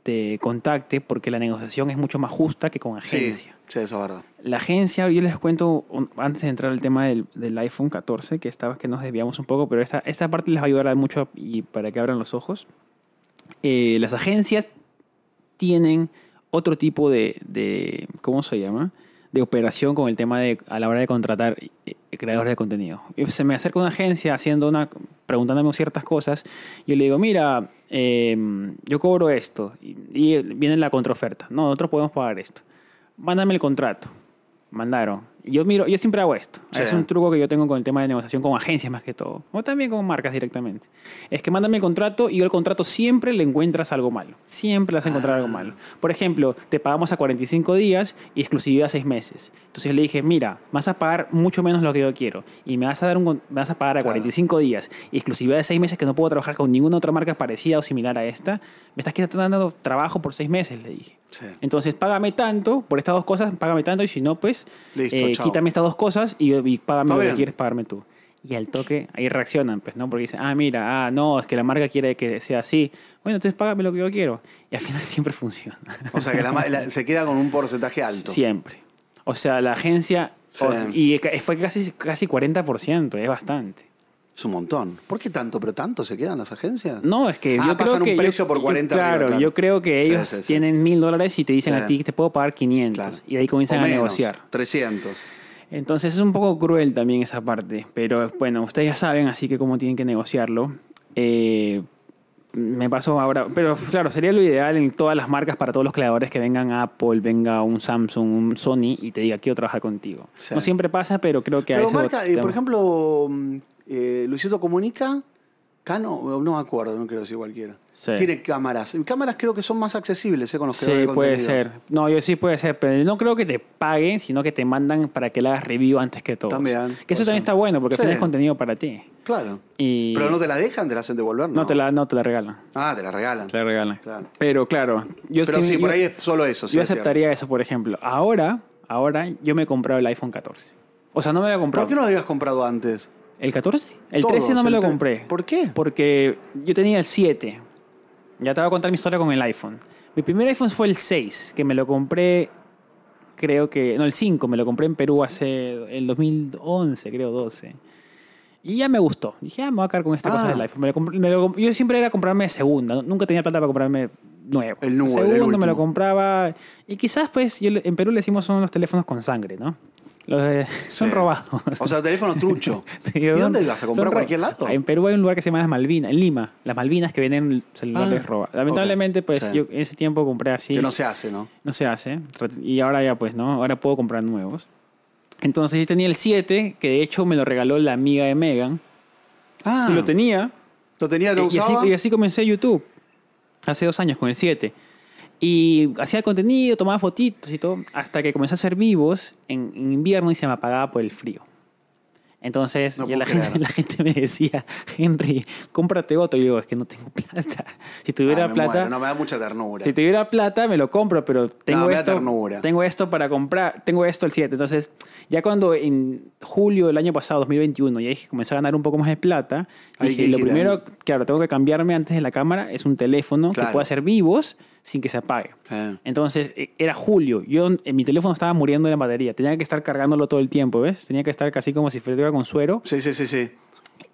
A: te contacte porque la negociación es mucho más justa que con
B: sí,
A: agencia.
B: sí, eso es verdad.
A: La agencia, yo les cuento un- antes de entrar al tema del, del iPhone 14, que estaba que nos desviamos un poco, pero esta, esta parte les va a ayudar mucho y para que abran los ojos. Eh, las agencias tienen otro tipo de, de- ¿cómo se llama? De operación con el tema de a la hora de contratar eh, creadores de contenido. Y Se me acerca una agencia haciendo una preguntándome ciertas cosas. Yo le digo, mira, eh, yo cobro esto y, y viene la contraoferta. No, nosotros podemos pagar esto. Mándame el contrato. Mandaron. Y Yo miro, yo siempre hago esto.
B: Sí.
A: Es un truco que yo tengo con el tema de negociación con agencias más que todo, o también con marcas directamente. Es que mándame el contrato y yo el contrato siempre le encuentras algo malo. Siempre le vas a encontrar algo malo. Por ejemplo, te pagamos a 45 días y exclusividad a 6 meses. Entonces yo le dije, mira, me vas a pagar mucho menos lo que yo quiero y me vas a, dar un, con- me vas a pagar a
B: Claro.
A: 45 días y exclusividad de 6 meses que no puedo trabajar con ninguna otra marca parecida o similar a esta. Me estás dando trabajo por 6 meses, le dije.
B: Sí.
A: Entonces, págame tanto por estas dos cosas, págame tanto, y si no, pues
B: Listo,
A: eh,
B: chao.
A: quítame estas dos cosas y, y págame
B: Está
A: lo
B: bien.
A: que quieres pagarme tú. Y al toque, ahí reaccionan, pues, ¿no? Porque dicen, ah, mira, ah, no, es que la marca quiere que sea así. Bueno, entonces págame lo que yo quiero. Y al final siempre funciona.
B: O sea que la ma- la- se queda con un porcentaje alto.
A: siempre. O sea, la agencia.
B: Sí.
A: o- y ca- fue casi, casi 40%, es bastante.
B: Es un montón. ¿Por qué tanto? ¿Pero tanto se quedan las agencias?
A: No, es que
B: Ah,
A: yo creo
B: pasan un
A: que. yo-
B: precio por
A: yo-
B: 40
A: claro,
B: arriba, claro.
A: yo creo que
B: Sí,
A: ellos
B: sí, sí.
A: tienen mil dólares y te dicen
B: Sí.
A: a ti que te puedo pagar 500.
B: Claro.
A: Y ahí comienzan
B: O
A: a
B: menos,
A: negociar.
B: 300.
A: Entonces es un poco cruel también esa parte, pero bueno, ustedes ya saben, así que cómo tienen que negociarlo. Eh, me pasó ahora, pero claro, sería lo ideal en todas las marcas para todos los creadores que vengan Apple, venga un Samsung, un Sony y te diga quiero trabajar contigo.
B: Sí.
A: No siempre pasa, pero creo que a
B: Pero
A: veces-
B: marca, eh, por ejemplo, mm, eh, Luisito Comunica, Cano, no me acuerdo, no quiero decir cualquiera.
A: Sí.
B: Tiene cámaras. Cámaras creo que son más accesibles eh, con los
A: Sí,
B: creadores de
A: puede
B: contenido.
A: ser. No, yo sí puede ser, pero no creo que te paguen, sino que te mandan para que le hagas review antes que todo.
B: También,
A: Que
B: puede
A: eso también
B: ser.
A: está bueno, porque
B: Sí.
A: tienes contenido para ti.
B: Claro.
A: Y
B: Pero no te la dejan, te la hacen devolver, ¿no?
A: no te la, no te la regalan.
B: Ah, te la regalan.
A: Te la regalan.
B: Claro.
A: Pero claro, yo
B: Pero
A: tengo-
B: sí, por
A: yo-
B: ahí es solo eso. sí,
A: yo
B: es cierto.
A: aceptaría eso, por ejemplo. Ahora, ahora yo me he comprado el iPhone 14. O sea, no me lo he comprado.
B: ¿Por qué no lo habías comprado antes?
A: ¿El 14? El
B: Todos,
A: 13 no me
B: el
A: lo
B: tre-
A: compré.
B: ¿Por qué?
A: Porque yo tenía el 7. Ya te voy a contar mi historia con el iPhone. Mi primer iPhone fue el 6, que me lo compré, creo que... No, el 5, me lo compré en Perú hace el 2011, creo, 12. Y ya me gustó. Dije, ah, me voy a quedar con esta
B: Ah.
A: cosa del iPhone. Me lo comp- me lo comp- yo siempre era comprarme de segunda. ¿no? Nunca tenía plata para comprarme nuevo.
B: El nuevo, el
A: Segundo
B: último.
A: me lo compraba. Y quizás, pues, yo le- en Perú le decimos son los teléfonos con sangre, ¿no? Los de- son
B: Sí.
A: robados.
B: O sea, teléfono trucho.
A: Sí,
B: ¿Y
A: son-
B: dónde ibas a
A: son
B: comprar?
A: ro-
B: ¿Cualquier lado?
A: En Perú hay un lugar que se llama Las Malvinas, en Lima. Las Malvinas que venden celulares
B: Ah,
A: robados. Lamentablemente,
B: ok.
A: pues
B: Sí.
A: yo ese tiempo compré así.
B: Que no se hace, ¿no?
A: No se hace. Y ahora ya, pues, ¿no? Ahora puedo comprar nuevos. Entonces yo tenía el 7, que de hecho me lo regaló la amiga de Megan.
B: Ah,
A: Y lo tenía.
B: lo tenía, lo
A: y, así,
B: usaba.
A: y así comencé YouTube. Hace dos años con el 7. Y hacía contenido, tomaba fotitos y todo. Hasta que comencé a hacer vivos en, en invierno y se me apagaba por el frío. Entonces
B: No
A: ya la,
B: puedo
A: gente,
B: creer.
A: la gente me decía, Henry, cómprate otro. Y yo digo, es que no tengo plata. Si tuviera
B: Ah, me
A: plata,
B: muero. No, me da mucha ternura.
A: si tuviera plata, me lo compro, pero tengo,
B: me da
A: esto,
B: ternura.
A: tengo esto para comprar, tengo esto el 7. Entonces, ya cuando en julio del año pasado, 2021, ya dije, comencé a ganar un poco más de plata,
B: Ahí
A: dije,
B: que
A: lo
B: girar.
A: primero, claro, tengo que cambiarme antes de la cámara, es un teléfono que
B: Claro.
A: pueda hacer vivos sin que se apague.
B: Eh.
A: Entonces, e- era julio, yo en mi teléfono estaba muriendo de la batería, tenía que estar cargándolo todo el tiempo, ¿ves? Tenía que estar casi como si fuera con suero.
B: Sí, sí, sí, sí.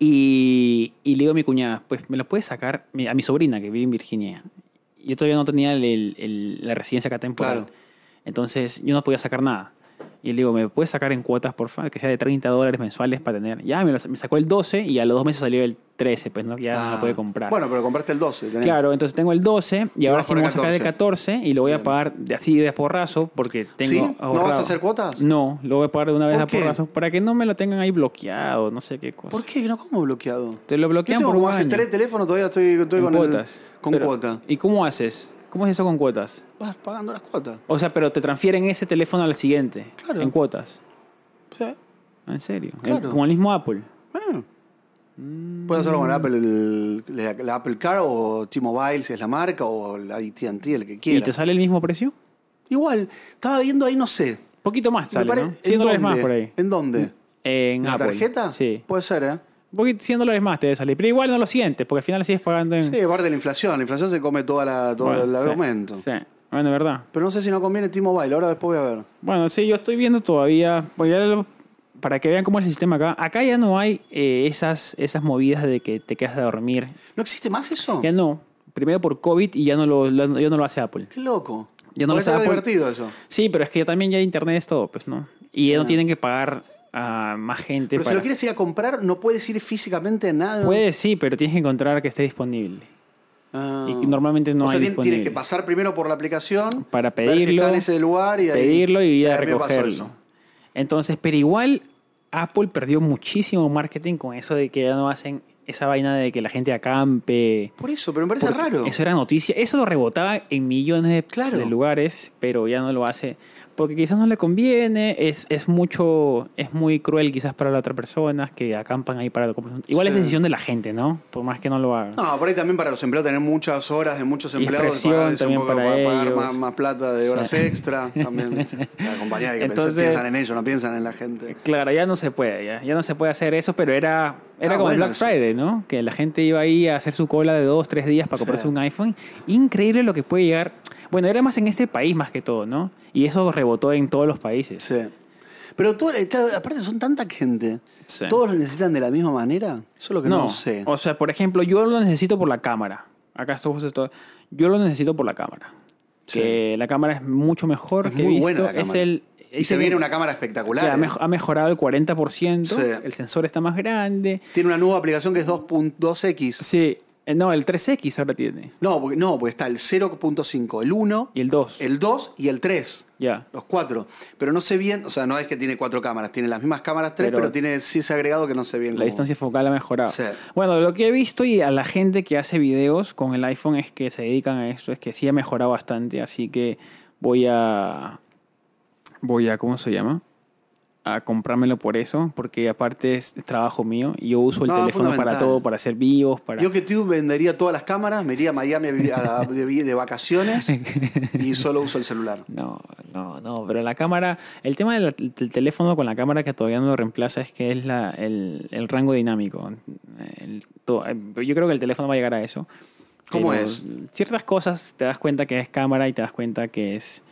A: Y, y le digo a mi cuñada, pues me lo puedes sacar Mi- a mi sobrina que vive en Virginia. Yo todavía no tenía el- el- el- la residencia acá temporal.
B: Claro.
A: Entonces yo no podía sacar nada. Y le digo, ¿me puedes sacar en cuotas, por favor? Que sea de 30 dólares mensuales para tener. Ya, me, lo- me sacó el 12 y a los dos meses salió el 13, pues ¿no? ya no
B: Ah.
A: lo puede comprar.
B: Bueno, pero compraste el 12. tenés.
A: Claro, entonces tengo el 12 y
B: Y
A: ahora
B: vas
A: sí
B: por
A: me
B: el
A: voy a sacar el 14 y lo voy a
B: Bien.
A: pagar de, así de porrazo porque tengo.
B: ¿Sí? ¿No vas a
A: ahorrado.
B: hacer cuotas?
A: No, lo voy a pagar de una vez
B: ¿Por
A: a
B: qué?
A: porrazo para que no me lo tengan ahí bloqueado, no sé qué cosa.
B: ¿Por qué? No, ¿Cómo bloqueado?
A: Te lo
B: Yo
A: bloquean
B: tengo
A: por
B: como
A: un
B: hace
A: año.
B: tres teléfonos, todavía estoy, estoy
A: En
B: con, el-
A: cuotas.
B: con
A: Pero,
B: cuota.
A: ¿Y cómo haces? ¿Cómo es eso con cuotas?
B: Vas pagando las cuotas.
A: O sea, pero te transfieren ese teléfono al siguiente.
B: Claro.
A: En cuotas. Ah,
B: Sí.
A: ¿En serio? El-
B: Claro.
A: como el mismo Apple.
B: Ah. Eh. Puedes hacerlo con Apple, el, la, la Apple Car o T-Mobile, si es la marca, o la AT&T, el que
A: ¿Y
B: quiera.
A: te sale el mismo precio?
B: Igual, estaba viendo ahí, no sé.
A: Poquito más
B: Me
A: sale,
B: pare-
A: ¿no? 100 dólares más por ahí.
B: ¿En dónde?
A: En
B: ¿En la
A: Apple.
B: tarjeta?
A: Sí. Mm.
B: Puede ser, ¿eh?
A: Un poquito, 100 dólares más te debe salir. Pero igual no lo sientes, porque al final sigues pagando en...
B: Sí, aparte de la inflación. La inflación se come toda la, todo
A: Bueno,
B: el
A: sí,
B: aumento.
A: Sí. Bueno, verdad.
B: Pero no sé si no conviene T-Mobile. Ahora después voy a ver.
A: Bueno, sí, yo estoy viendo todavía. voy a leerlo Para que vean cómo es el sistema acá. Acá ya no hay eh, esas, esas movidas de que te quedas a dormir
B: ¿No existe más eso?
A: Ya no. Primero por COVID y ya no lo, lo- ya no lo hace Apple.
B: Qué loco.
A: Ya no lo
B: Porque
A: pues, sabe
B: era
A: Apple.
B: divertido eso.
A: Sí, pero es que ya también ya internet es todo, pues, ¿no? Y ya no tienen que pagar a más gente.
B: Pero si
A: para-
B: lo quieres ir a comprar, no puedes ir físicamente a nada.
A: Puede, sí, pero tienes que encontrar que esté disponible.
B: Ah.
A: Y normalmente no
B: o sea, tien-
A: hay
B: tienes
A: disponible.
B: que pasar primero por la aplicación
A: Para
B: ver si
A: pedirlo,
B: está en ese lugar y ahí-
A: Pedirlo y ir a
B: mí me pasó
A: recogerlo.
B: eso.
A: Entonces, pero igual Apple perdió muchísimo marketing con eso de que ya no hacen esa vaina de que la gente acampe.
B: Por eso, pero me parece
A: Porque
B: raro.
A: Eso era noticia. Eso lo rebotaba en millones de,
B: Claro.
A: de lugares, pero ya no lo hace. Porque quizás no le conviene, es, es mucho, es muy cruel quizás para las otras personas que acampan ahí para comprar. Igual es
B: Sí.
A: decisión de la gente, ¿no? Por más que no lo hagan.
B: No, por ahí también para los empleados tener muchas horas de muchos
A: Y
B: empleados,
A: presión
B: pagarles
A: también para
B: pa- pagar
A: ellos.
B: más, más plata de
A: Sí.
B: horas extra. También ¿viste? la compañía que
A: Entonces-
B: piensa- piensan en ellos, no piensan en la gente.
A: Claro, ya no se puede, ya, ya no se puede hacer eso, pero era, era
B: Ah,
A: como el
B: bueno,
A: Black
B: sí.
A: Friday, ¿no? Que la gente iba ahí a hacer su cola de dos, tres días para
B: Sí.
A: comprarse un iPhone. Increíble lo que puede llegar. Bueno, era más en este país más que todo, ¿no? Y eso rebotó en todos los países.
B: Sí. Pero todo, eh, claro, aparte son tanta gente.
A: Sí.
B: ¿Todos lo necesitan de la misma manera? Eso es lo que no, sé.
A: O sea, por ejemplo, yo lo necesito por la cámara. Acá estoy justo todo. Yo lo necesito por la cámara.
B: Sí.
A: Que la cámara es mucho mejor
B: Es
A: que he
B: muy
A: visto.
B: buena la
A: Es
B: cámara.
A: el,
B: Y se
A: el-
B: viene una cámara
A: o
B: espectacular.
A: sea, ha
B: ¿eh?
A: mej- ha mejorado el 40%.
B: Sí.
A: El sensor está más grande.
B: Tiene una nueva aplicación que es 2.2X.
A: Sí. Eh, No, el 3X ahora tiene.
B: No, porque, no, porque está el 0.5, el 1,
A: Y el 2.
B: el 2 y el 3.
A: Ya.
B: Los cuatro. Pero no sé bien, o sea, no es que tiene cuatro cámaras, tiene las mismas cámaras tres,
A: Pero-
B: pero, tiene sí ese agregado que no sé bien.
A: La
B: cómo.
A: distancia focal ha mejorado.
B: Sí.
A: Bueno, lo que he visto y a la gente que hace videos con el iPhone es que se dedican a esto, es que sí ha mejorado bastante, así que voy a... Voy a, ¿cómo se llama? A comprármelo por eso, porque aparte es trabajo mío y yo uso el
B: No,
A: teléfono para
B: fundamental.
A: todo, para hacer vivos, para...
B: Yo que tú vendería todas las cámaras, me iría a Miami a vivir- a- de, de vacaciones y solo uso el celular.
A: No, no, no, pero la cámara, el tema del, del teléfono con la cámara que todavía no lo reemplaza es que es la, el, el rango dinámico. El- to- eh, yo creo que el teléfono va a llegar a eso.
B: ¿Cómo
A: Pero
B: es?
A: Ciertas cosas te das cuenta que es cámara y te das cuenta que es,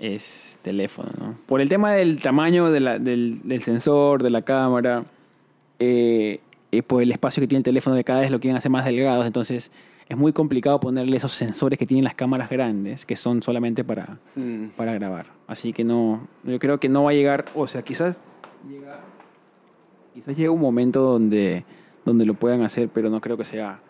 A: es teléfono, ¿no? Por el tema del tamaño de la- del, del sensor, de la cámara, eh, eh, por el espacio que tiene el teléfono, que cada vez lo quieren hacer más delgados, entonces es muy complicado ponerle esos sensores que tienen las cámaras grandes, que son solamente para,
B: Mm.
A: para grabar. Así que no, yo creo que no va a llegar, o sea, quizás llega, quizás llegue un momento donde, donde lo puedan hacer, pero no creo que sea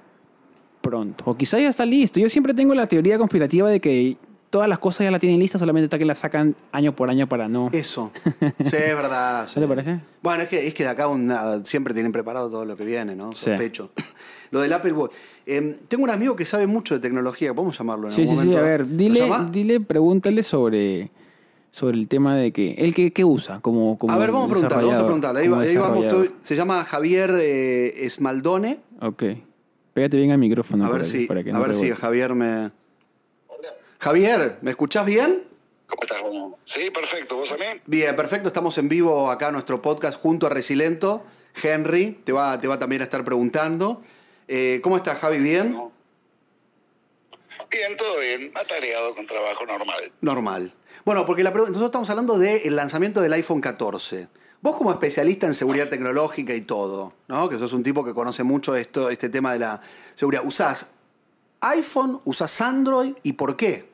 A: pronto. O quizás ya está listo. Yo siempre tengo la teoría conspirativa de que todas las cosas ya la tienen listas, solamente está que las sacan año por año para no.
B: Eso. Sí, es verdad. sí.
A: te parece?
B: Bueno, es que, es que de acá un- nada, siempre tienen preparado todo lo que viene, ¿no?
A: Sí.
B: Sospecho. Lo del Apple Watch. Eh, tengo un amigo que sabe mucho de tecnología, podemos llamarlo en
A: Sí,
B: algún
A: sí, sí,
B: momento?
A: a ver,
B: ¿Lo
A: dile,
B: llamás?
A: dile, pregúntale sobre, sobre el tema de que. ¿Él qué, qué usa? Como, como
B: a ver, vamos a preguntarle, vamos a
A: desarrollador,
B: preguntarle. Ahí,
A: como
B: va- ahí vamos.
A: desarrollador?
B: tú- se llama Javier eh, Esmaldone.
A: Ok. Pégate bien al micrófono.
B: A ver
A: para que-
B: si,
A: para que
B: a
A: no
B: ver si
A: rebote.
B: Javier me.
C: Hola.
B: Javier, ¿me escuchás bien?
C: ¿Cómo estás, Romo? Sí, perfecto. ¿Vos a mí?
B: Bien, perfecto. Estamos en vivo acá en nuestro podcast junto a Resilento. Henry te va, te va también a estar preguntando. Eh, ¿Cómo estás, Javi? ¿Bien?
C: Bien, todo bien. Atareado con trabajo normal.
B: Normal. Bueno, porque la pregunta, nosotros estamos hablando del lanzamiento del iPhone 14. Vos como especialista en seguridad tecnológica y todo, ¿no? Que sos un tipo que conoce mucho esto, este tema de la seguridad. ¿Usás iPhone? ¿Usás Android? ¿Y por qué?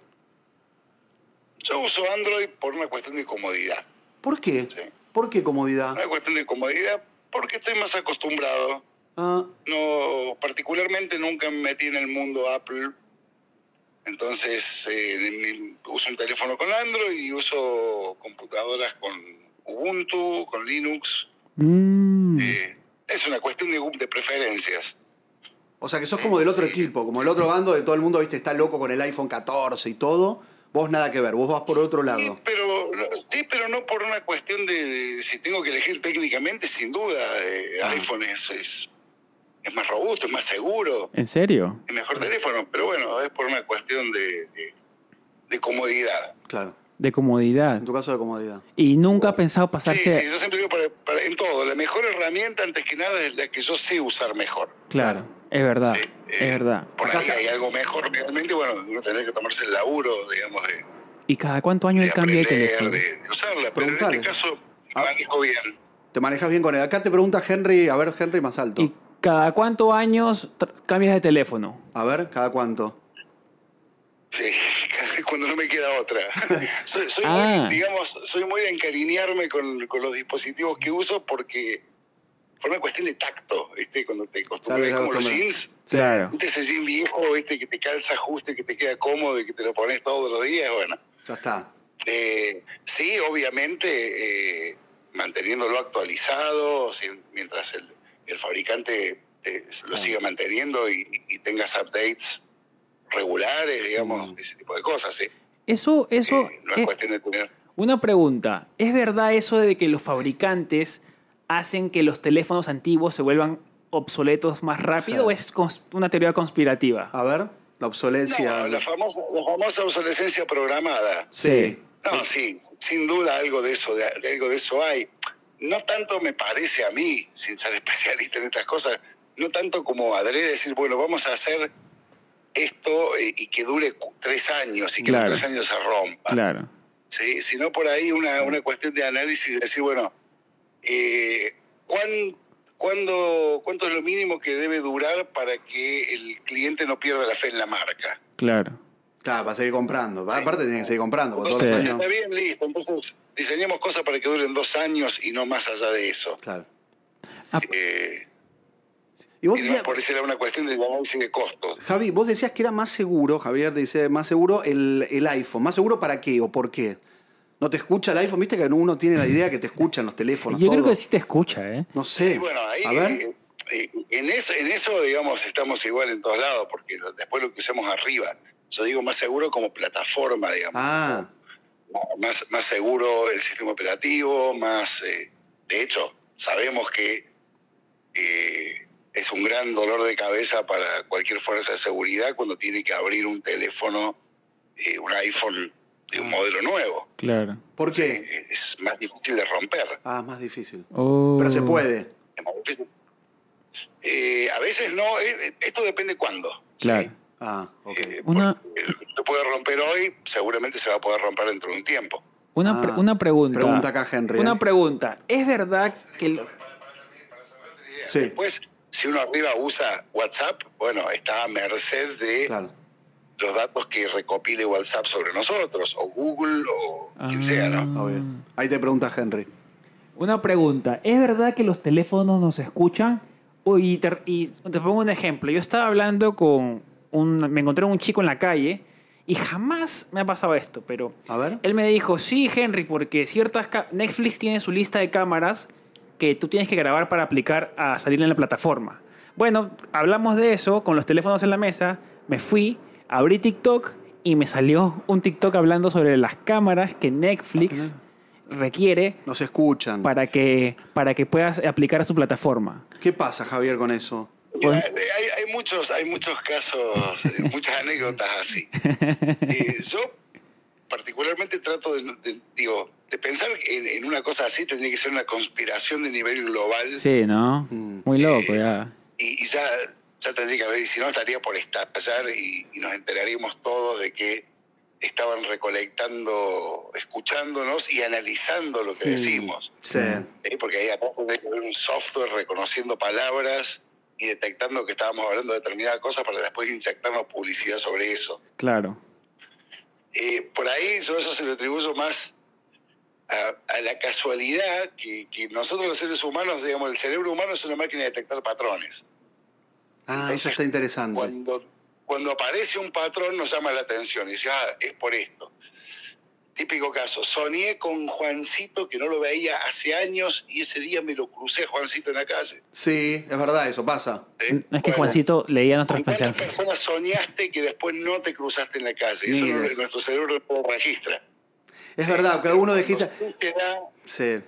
C: Yo uso Android por una cuestión de comodidad.
B: ¿Por qué?
C: Sí.
B: ¿Por qué comodidad?
C: Una cuestión de comodidad porque estoy más acostumbrado.
B: Ah,
C: No, particularmente nunca me metí en el mundo Apple. Entonces, eh, mi- uso un teléfono con Android y uso computadoras con Ubuntu, con Linux.
A: Mm.
C: Eh, es una cuestión de, de preferencias.
B: o sea que sos como del otro equipo, como el otro bando de todo el mundo, viste, está loco con el iPhone 14 y todo. Vos nada que ver, vos vas por otro lado.
C: Sí, pero, no- sí, pero no por una cuestión de, de- si tengo que elegir técnicamente, sin duda, eh,
B: Ah.
C: iPhone es, es, es más robusto, es más seguro,
A: ¿En serio?
C: es mejor teléfono, pero bueno, es por una cuestión de, de, de comodidad.
B: Claro,
A: De comodidad.
B: en tu caso de comodidad.
A: Y nunca ha pensado
C: Sí,
A: pasarse.
C: sí, yo siempre digo para- para- en todo, la mejor herramienta antes que nada es la que yo sé usar mejor.
A: Claro, es verdad.
C: Sí, eh,
A: es verdad.
C: Por
B: Ah, Acá
C: ahí
B: está.
C: hay algo mejor realmente, bueno, uno tendría que tomarse el laburo, digamos, de,
A: ¿Y cada cuánto años
C: de
A: él cambia de
C: aprender,
A: teléfono?
C: de, de usarla, pero en
B: Preguntale.
C: este caso
B: Ah.
C: manejo bien.
B: Te manejas bien con él. Acá te pregunta Henry, a ver, Henry más alto.
A: ¿Y cada cuánto años tr- cambias de teléfono?
B: A ver, ¿cada cuánto?
C: Sí, cuando no me queda otra. Soy, soy
A: Ah.
C: muy, digamos, soy muy de encariñarme con, con los dispositivos que uso porque por una cuestión de tacto, ¿viste? Cuando te acostumbras
B: Sabes,
C: como los
B: acostumbras.
C: jeans,
A: Claro.
C: ¿viste? ese jean viejo, ¿viste? Que te calza justo y que te queda cómodo y que te lo pones todos los días, bueno.
B: Ya está.
C: Eh, sí, obviamente, eh, manteniéndolo actualizado, si- mientras el, el fabricante eh, lo siga manteniendo y, y tengas updates regulares, digamos, ese tipo de cosas, sí.
A: Eso, eso.
C: Eh, no es,
A: es-
C: cuestión de tener.
A: una pregunta. ¿Es verdad eso de que los fabricantes hacen que los teléfonos antiguos se vuelvan obsoletos más rápido
B: Sí.
A: o es cons- una teoría conspirativa?
C: Ah,
B: A ver, la obsolencia.
C: No, la famosa, la famosa obsolescencia programada.
B: sí.
C: No, sí, sin duda algo de eso, de, de algo de eso hay. No tanto me parece a mí, sin ser especialista en estas cosas, no tanto como adrede decir, bueno, vamos a hacer esto eh, y que dure cu- tres años y que
A: Claro.
C: los tres años se rompa.
A: Claro.
C: ¿sí? sino por ahí una, una cuestión de análisis, de decir, bueno, eh, ¿cuán- cuándo- ¿cuánto es lo mínimo que debe durar para que el cliente no pierda la fe en la marca?
A: Claro.
B: Claro, para seguir comprando. Aparte tienen que seguir comprando, porque todos
A: Sí.
B: los
C: Está
B: años.
C: bien, listo, entonces diseñemos cosas para que duren dos años y no más allá de eso.
B: Claro.
C: Eh,
B: Y vos
C: y no,
B: decías,
C: por eso era una cuestión de análisis de costos.
B: Javi, vos decías que era más seguro, Javier dice, más seguro el, el iPhone. ¿Más seguro para qué o por qué? ¿No te escucha el iPhone? Viste que uno tiene la idea que te escuchan los teléfonos.
A: Yo creo
B: todo.
A: que sí te escucha, ¿eh?
B: No sé.
C: Y bueno, ahí,
B: A ver.
C: eh, en, eso, en eso, digamos, estamos igual en todos lados, porque lo- después lo que usamos arriba, yo digo más seguro como plataforma, digamos.
B: Ah,
C: más, más seguro el sistema operativo, más... eh, de hecho, sabemos que eh, es un gran dolor de cabeza para cualquier fuerza de seguridad cuando tiene que abrir un teléfono, eh, un iPhone de un modelo nuevo.
A: Claro.
B: ¿por qué?
C: Eh, Es más difícil de romper.
B: Ah, más difícil.
A: Oh.
B: Pero se puede.
C: es más difícil. Eh, a veces no, eh, esto depende cuándo. ¿sí?
A: Oh, Claro.
B: Ah, ok.
C: Eh,
A: Una-
C: porque lo puede romper hoy, seguramente se va a poder romper dentro de un tiempo.
A: Una,
B: Ah.
A: pre- una pregunta.
B: Pregunta acá, Henry. eh.
A: Una pregunta. ¿Es verdad que los-
B: Sí.
C: Después, si uno arriba usa WhatsApp, bueno, está a merced de
B: Claro.
C: los datos que recopile WhatsApp sobre nosotros, o Google, o quien
A: Ah.
C: sea, ¿no?
B: Obvio. Ahí te pregunta Henry.
A: Una pregunta. ¿Es verdad que los teléfonos nos escuchan? Uy, y te, y te pongo un ejemplo. Yo estaba hablando con un... Me encontré un chico en la calle y jamás me ha pasado esto, pero...
B: A ver.
A: Él me dijo, sí, Henry, porque ciertas... ca- Netflix tiene su lista de cámaras que tú tienes que grabar para aplicar a salir en la plataforma. Bueno, hablamos de eso con los teléfonos en la mesa. Me fui, abrí TikTok y me salió un TikTok hablando sobre las cámaras que Netflix requiere
B: Nos escuchan.
A: para que, para que puedas aplicar a su plataforma.
B: ¿Qué pasa, Javier, con eso?
A: Pues-
C: Mira, de- hay, hay muchos, hay muchos casos, eh, muchas anécdotas así. Eh, yo particularmente trato de, de- digo, de pensar en, en una cosa así tendría que ser una conspiración de nivel global
A: Sí, ¿no? Muy loco, ya.
C: y, y ya, ya tendría que haber, y si no estaría por estallar y, y nos enteraríamos todos de que estaban recolectando, escuchándonos y analizando lo que decimos.
B: Sí. Ah,
C: ¿eh? porque ahí abajo debe haber un software reconociendo palabras y detectando que estábamos hablando de determinada cosa para después inyectarnos publicidad sobre eso.
A: Claro.
C: Eh, por ahí yo eso se lo atribuyo más a, a la casualidad que, que nosotros los seres humanos, digamos, el cerebro humano es una máquina de detectar patrones.
B: Ah, eso está interesante.
C: Cuando, cuando aparece un patrón nos llama la atención y dice, ah, es por esto. Típico caso, soñé con Juancito que no lo veía hace años y ese día me lo crucé a Juancito en la calle.
B: Sí, es verdad, eso pasa.
C: ¿eh?
A: Es que
C: Bueno,
A: Juancito leía nuestros
C: ¿Con cuántas
A: pensamientos.
C: personas soñaste que después no te cruzaste en la calle? Eso no-
B: Miles.
C: nuestro cerebro no lo registra.
B: Es verdad, cada uno dijiste.
C: Cuando sí se da- o
B: Sí,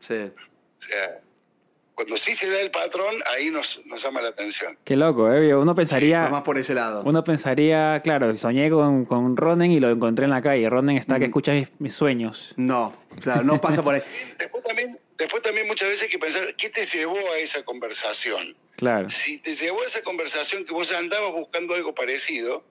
B: sí.
C: sea, cuando sí se da el patrón, ahí nos, nos llama la atención.
A: Qué loco, ¿eh? Uno
B: Va más
A: pensaría,
B: por ese lado.
A: uno pensaría, claro, soñé con, con Ronen y lo encontré en la calle. Ronen está que escucha mis, mis sueños.
B: No, claro, no pasa por ahí.
C: Después también, después también muchas veces hay que pensar, ¿qué te llevó a esa conversación?
A: Claro,
C: si te llevó a esa conversación que vos andabas buscando algo parecido,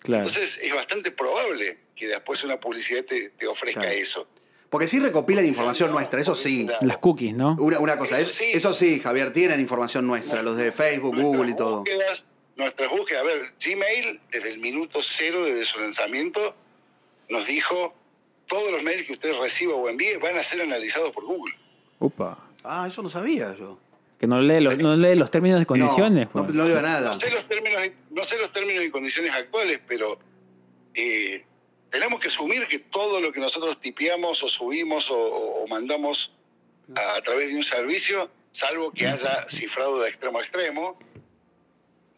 A: claro.
C: entonces es bastante probable que después una publicidad te, te ofrezca
B: Claro.
C: eso.
B: Porque sí recopilan información nuestra, eso sí.
C: Claro.
A: Las cookies, ¿no?
B: Una, una cosa,
C: Eso
B: es-
C: sí.
B: eso sí, Javier, tienen información nuestra, los de Facebook, Google y
C: Nuestras
B: todo.
C: búsquedas- nuestras búsquedas, a ver, Gmail desde el minuto cero, desde su lanzamiento, nos dijo, todos los mails que usted reciba o envíe van a ser analizados por Google.
A: Upa.
B: Ah, eso no sabía yo.
A: Que no lee los, no lee los términos y condiciones.
B: No, no,
A: pues.
B: no digo nada.
C: No sé los términos, no sé los términos y condiciones actuales, pero eh, tenemos que asumir que todo lo que nosotros tipeamos o subimos o, o- o mandamos a, a través de un servicio, salvo que haya cifrado de extremo a extremo,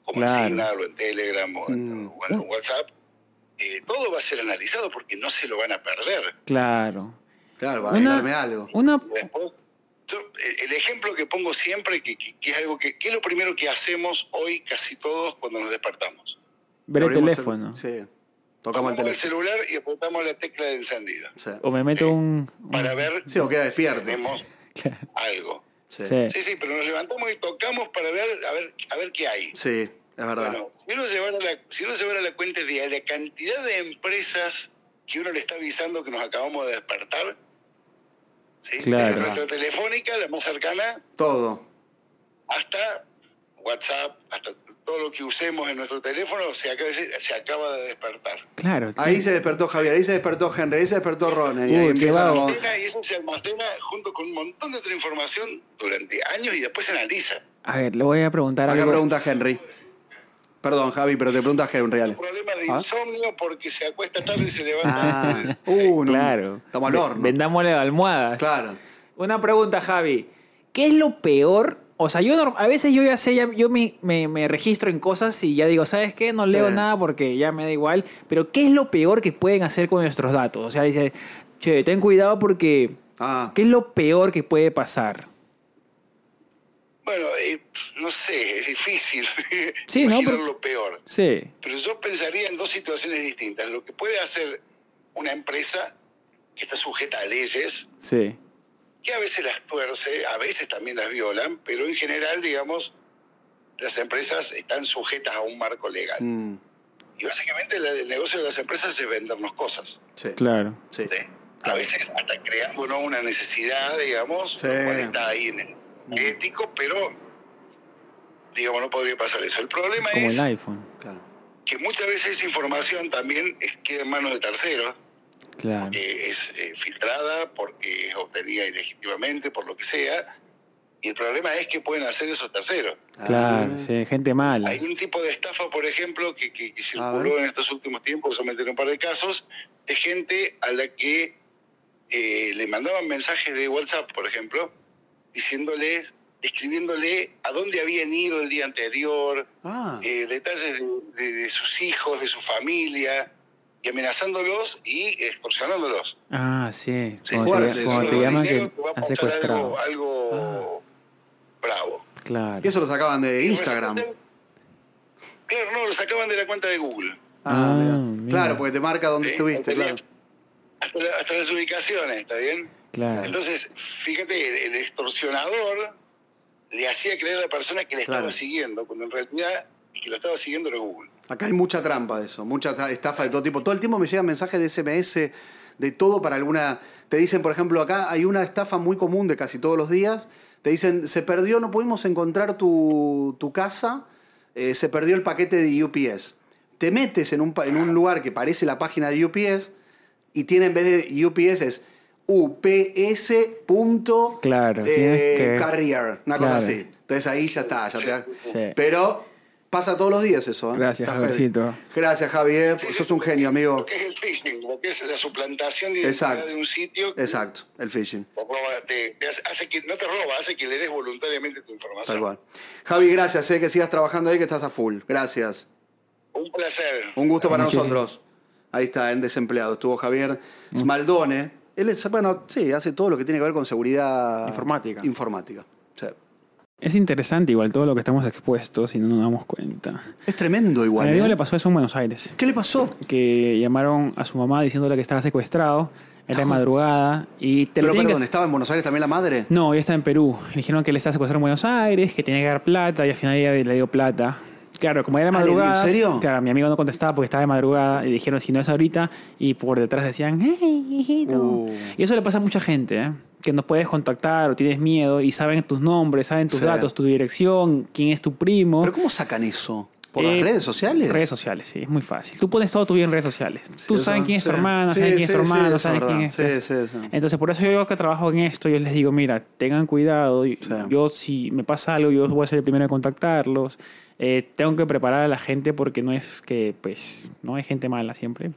C: como
A: Claro.
C: en Signal o en Telegram o en, o en WhatsApp, eh, todo va a ser analizado porque no se lo van a perder.
A: Claro.
B: Claro, para
A: Una-
B: darme algo.
A: Una,
C: Después, yo, eh, el ejemplo que pongo siempre, que, que- que es algo que, que es lo primero que hacemos hoy casi todos cuando nos despertamos.
A: ver el
B: Abrimos
A: teléfono.
B: Sí. Tocamos el
C: Tomamos el
B: teléfono.
C: celular y apretamos la tecla de encendido
B: Sí.
A: O me meto un...
C: para ver
B: Sí, o queda despierto.
C: si tenemos
A: Claro.
C: algo.
B: Sí.
A: Sí.
C: Sí, sí, pero nos levantamos y tocamos para ver a ver, a ver qué hay.
B: Sí, es verdad.
C: Bueno, si uno, llevara la, si uno llevara la cuenta de la cantidad de empresas que uno le está avisando que nos acabamos de despertar, ¿sí?
A: Claro.
C: desde nuestra telefónica, la más cercana,
B: Todo.
C: hasta WhatsApp, hasta todo lo que usemos en nuestro teléfono, se acaba, se acaba de despertar.
A: Claro.
B: Ahí
A: sí.
B: se despertó Javier, ahí se despertó Henry, ahí se despertó Ronen. y
A: Uy,
B: ahí
A: qué
B: empiezan
A: vago.
B: los-
C: almacena y eso se almacena junto con un montón de otra información durante años y después se analiza.
A: A ver, le voy a preguntar
B: Acá
A: algo.
B: pregunta Henry. Perdón, Javi, pero te pregunta Henry.
C: Un
B: Ale.
C: problema de
B: ¿Ah?
C: insomnio porque se acuesta tarde y se levanta.
B: Ah, uh, no,
A: Claro.
B: Estamos al
A: Ve-
B: horno.
A: Vendámosle almohadas.
B: Claro.
A: Una pregunta, Javi. ¿Qué es lo peor? O sea, yo norm- a veces yo ya sé, ya- yo me, me- me registro en cosas y ya digo, ¿sabes qué? No leo
B: Sí.
A: nada porque ya me da igual. Pero ¿qué es lo peor que pueden hacer con nuestros datos? O sea, dice, che, ten cuidado porque...
B: Ah,
A: ¿Qué es lo peor que puede pasar?
C: Bueno, eh, no sé, es difícil
A: Sí, ¿no?
C: imaginar
A: Pero-
C: lo peor.
A: Sí,
C: Pero yo pensaría en dos situaciones distintas. Lo que puede hacer una empresa que está sujeta a leyes,
A: sí.
C: que a veces las tuerce, a veces también las violan, pero en general, digamos, las empresas están sujetas a un marco legal.
B: mm,
C: Y básicamente la- el negocio de las empresas es vendernos cosas.
B: sí.
A: Claro.
B: Sí.
C: ¿sí? A veces hasta creándonos una necesidad, digamos,
B: Sí.
C: lo cual está ahí en el ético, pero digamos, no podría pasar eso. El problema
A: Como
C: es
A: el iPhone.
B: Claro.
C: que muchas veces esa información también es- queda en manos de terceros,
A: Claro.
C: que es eh, filtrada porque es obtenida ilegítimamente, por lo que sea. Y el problema es que pueden hacer esos terceros.
A: Claro,
B: Ah,
A: sí, gente mala.
C: Hay un tipo de estafa, por ejemplo, que, que- que
B: ver.
C: circuló en estos últimos tiempos, se metieron un par de casos, de gente a la que eh, le mandaban mensajes de WhatsApp, por ejemplo, diciéndole, escribiéndole a dónde habían ido el día anterior,
B: Ah,
C: eh, detalles de, de- de sus hijos, de su familia, y amenazándolos y extorsionándolos.
A: Ah, sí.
C: Sí,
A: Cuando
B: fuerte,
A: te,
B: eso
A: cuando
C: Solo
A: te
B: es
A: llaman
C: dinero
A: que
C: te va a
A: han
C: pasar
A: secuestrado. Ah.
C: Algo, algo bravo.
A: Claro.
B: Y eso lo sacaban de
C: Y me
B: Instagram.
C: sacaban- Claro, no, lo sacaban de la cuenta de Google.
A: Ah,
B: mirá.
A: mira.
B: Claro, porque te marca dónde
C: ¿sí?
B: estuviste, claro.
C: Tenías Hasta, la- hasta las ubicaciones, ¿está bien?
B: Ah.
A: Claro.
C: Entonces, fíjate, el, el extorsionador le hacía creer a la persona que le
B: Claro.
C: estaba siguiendo, cuando en realidad el que lo estaba siguiendo era Google.
B: Acá hay mucha trampa de eso, mucha ta- estafa de todo tipo. Todo el tiempo me llegan mensajes de SMS, de todo para alguna. Te dicen, por ejemplo, acá hay una estafa muy común de casi todos los días. Te dicen, se perdió, no pudimos encontrar tu, tu casa, eh, se perdió el paquete de UPS. Te metes en un, pa- en un lugar que parece la página de UPS y tiene en vez de UPS es UPS. punto,
A: Claro,
B: eh,
A: tienes que-
B: carrier, una
A: Claro.
B: cosa así. Entonces ahí ya está, ya te da-
A: Sí.
B: Pero pasa todos los díás eso. ¿eh?
A: Gracias,
B: Está heavy.
A: Javiercito.
B: Gracias, Javier. Sos un genio, amigo.
C: Lo que es el phishing, lo que es la suplantación de identidad
B: Exacto.
C: de un sitio que
B: Exacto, el phishing.
C: te roba- te- te hace, hace que, no te roba, hace que le des voluntariamente tu información.
B: Tal cual. Javi, gracias, eh, que sigas trabajando ahí, que estás a full. Gracias.
C: Un placer.
B: Un gusto para
A: Muchísimo. Mm.
B: nosotros. Ahí está, en desempleado. Estuvo Javier Smaldone. Él es, bueno, sí, hace todo lo que tiene que ver con seguridad
A: Informática.
B: Informática. Sí.
A: Es interesante igual todo lo que estamos expuestos y no nos damos cuenta.
B: Es tremendo
A: A
B: igual.
A: mi amigo
B: ¿eh?
A: le pasó eso en Buenos Aires.
B: ¿Qué le pasó?
A: Que llamaron a su mamá diciéndole que estaba secuestrado. Era de
B: No.
A: madrugada y te
B: Pero
A: lo tienen
B: perdón,
A: que...
B: ¿estaba en Buenos Aires también la madre?
A: No, ella está en Perú. Le dijeron que le estaba secuestrado en Buenos Aires, que tenía que dar plata y al final ella le dio plata. Claro, como era
B: Ah, ¿le dio?
A: madrugada.
B: ¿En serio?
A: Claro, mi amigo no contestaba porque estaba de madrugada y dijeron si no es ahorita y por detrás decían, hey, hijito.
B: Uh.
A: Y eso le pasa a mucha gente, ¿eh? que nos puedes contactar o tienes miedo y saben tus nombres, saben tus
B: Sí.
A: datos, tu dirección, quién es tu primo.
B: ¿Pero cómo sacan eso? ¿Por
A: Eh,
B: las redes sociales?
A: Redes sociales, sí, es muy fácil. Tú pones todo tu vida en redes sociales. Tú
B: eso-
A: sabes quién es tu
B: sí.
A: hermana,
B: Sí,
A: sabes quién es
B: sí,
A: tu
B: sí,
A: hermano,
B: eso es
A: sabes quién es. este.
B: verdad. Sí, sí, sí.
A: Entonces, por eso yo que trabajo en esto, yo les digo, mira, tengan cuidado. Yo, yo, si me pasa algo, yo voy a ser el primero en contactarlos. Eh, tengo que preparar a la gente porque no es que, pues, no hay gente mala siempre.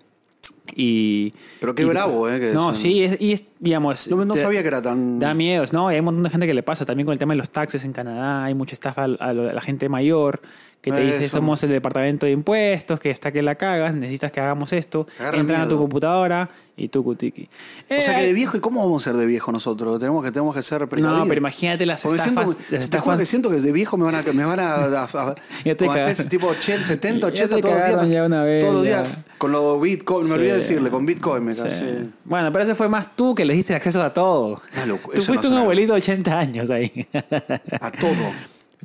A: Y.
B: Pero qué
A: y-
B: bravo, ¿eh? que
A: no,
B: son-
A: sí, es, y es, digamos.
B: No, me- no
A: te-
B: sabía que era tan.
A: Da miedos, ¿no? Hay un montón de gente que le pasa también con el tema de los taxes en Canadá. Hay mucha estafa al- a, lo- a la gente mayor que te dice,
B: Eso.
A: somos el departamento de impuestos, que está que la cagas, necesitas que hagamos esto.
B: Agarra
A: Entran a tu
B: miedo.
A: computadora y tú cutiqui.
B: O sea
A: Eh,
B: que de viejo, ¿y cómo vamos a ser de viejo nosotros? Tenemos que, tenemos que ser precavidos.
A: No, pero imagínate las
B: Porque siento,
A: estafas.
B: que-
A: las
B: te juro
A: estafas-
B: que siento que de viejo me van a. Me van a, a- a-
A: Ya te
B: cuando
A: cagaron.
B: estés tipo 80, 70,
A: Ya
B: 80
A: te
B: todos los días.
A: cagaron ya una vez,
B: todos los
A: ya.
B: días. Con los Bitcoin, me
A: Sí.
B: olvidé decirle, con Bitcoin me
A: Sí.
B: casé.
A: Bueno, pero ese fue más tú que le diste acceso a todo.
B: Una locu-
A: Tú
B: eso
A: fuiste
B: no
A: un
B: suena.
A: abuelito de 80 años ahí.
B: A todo.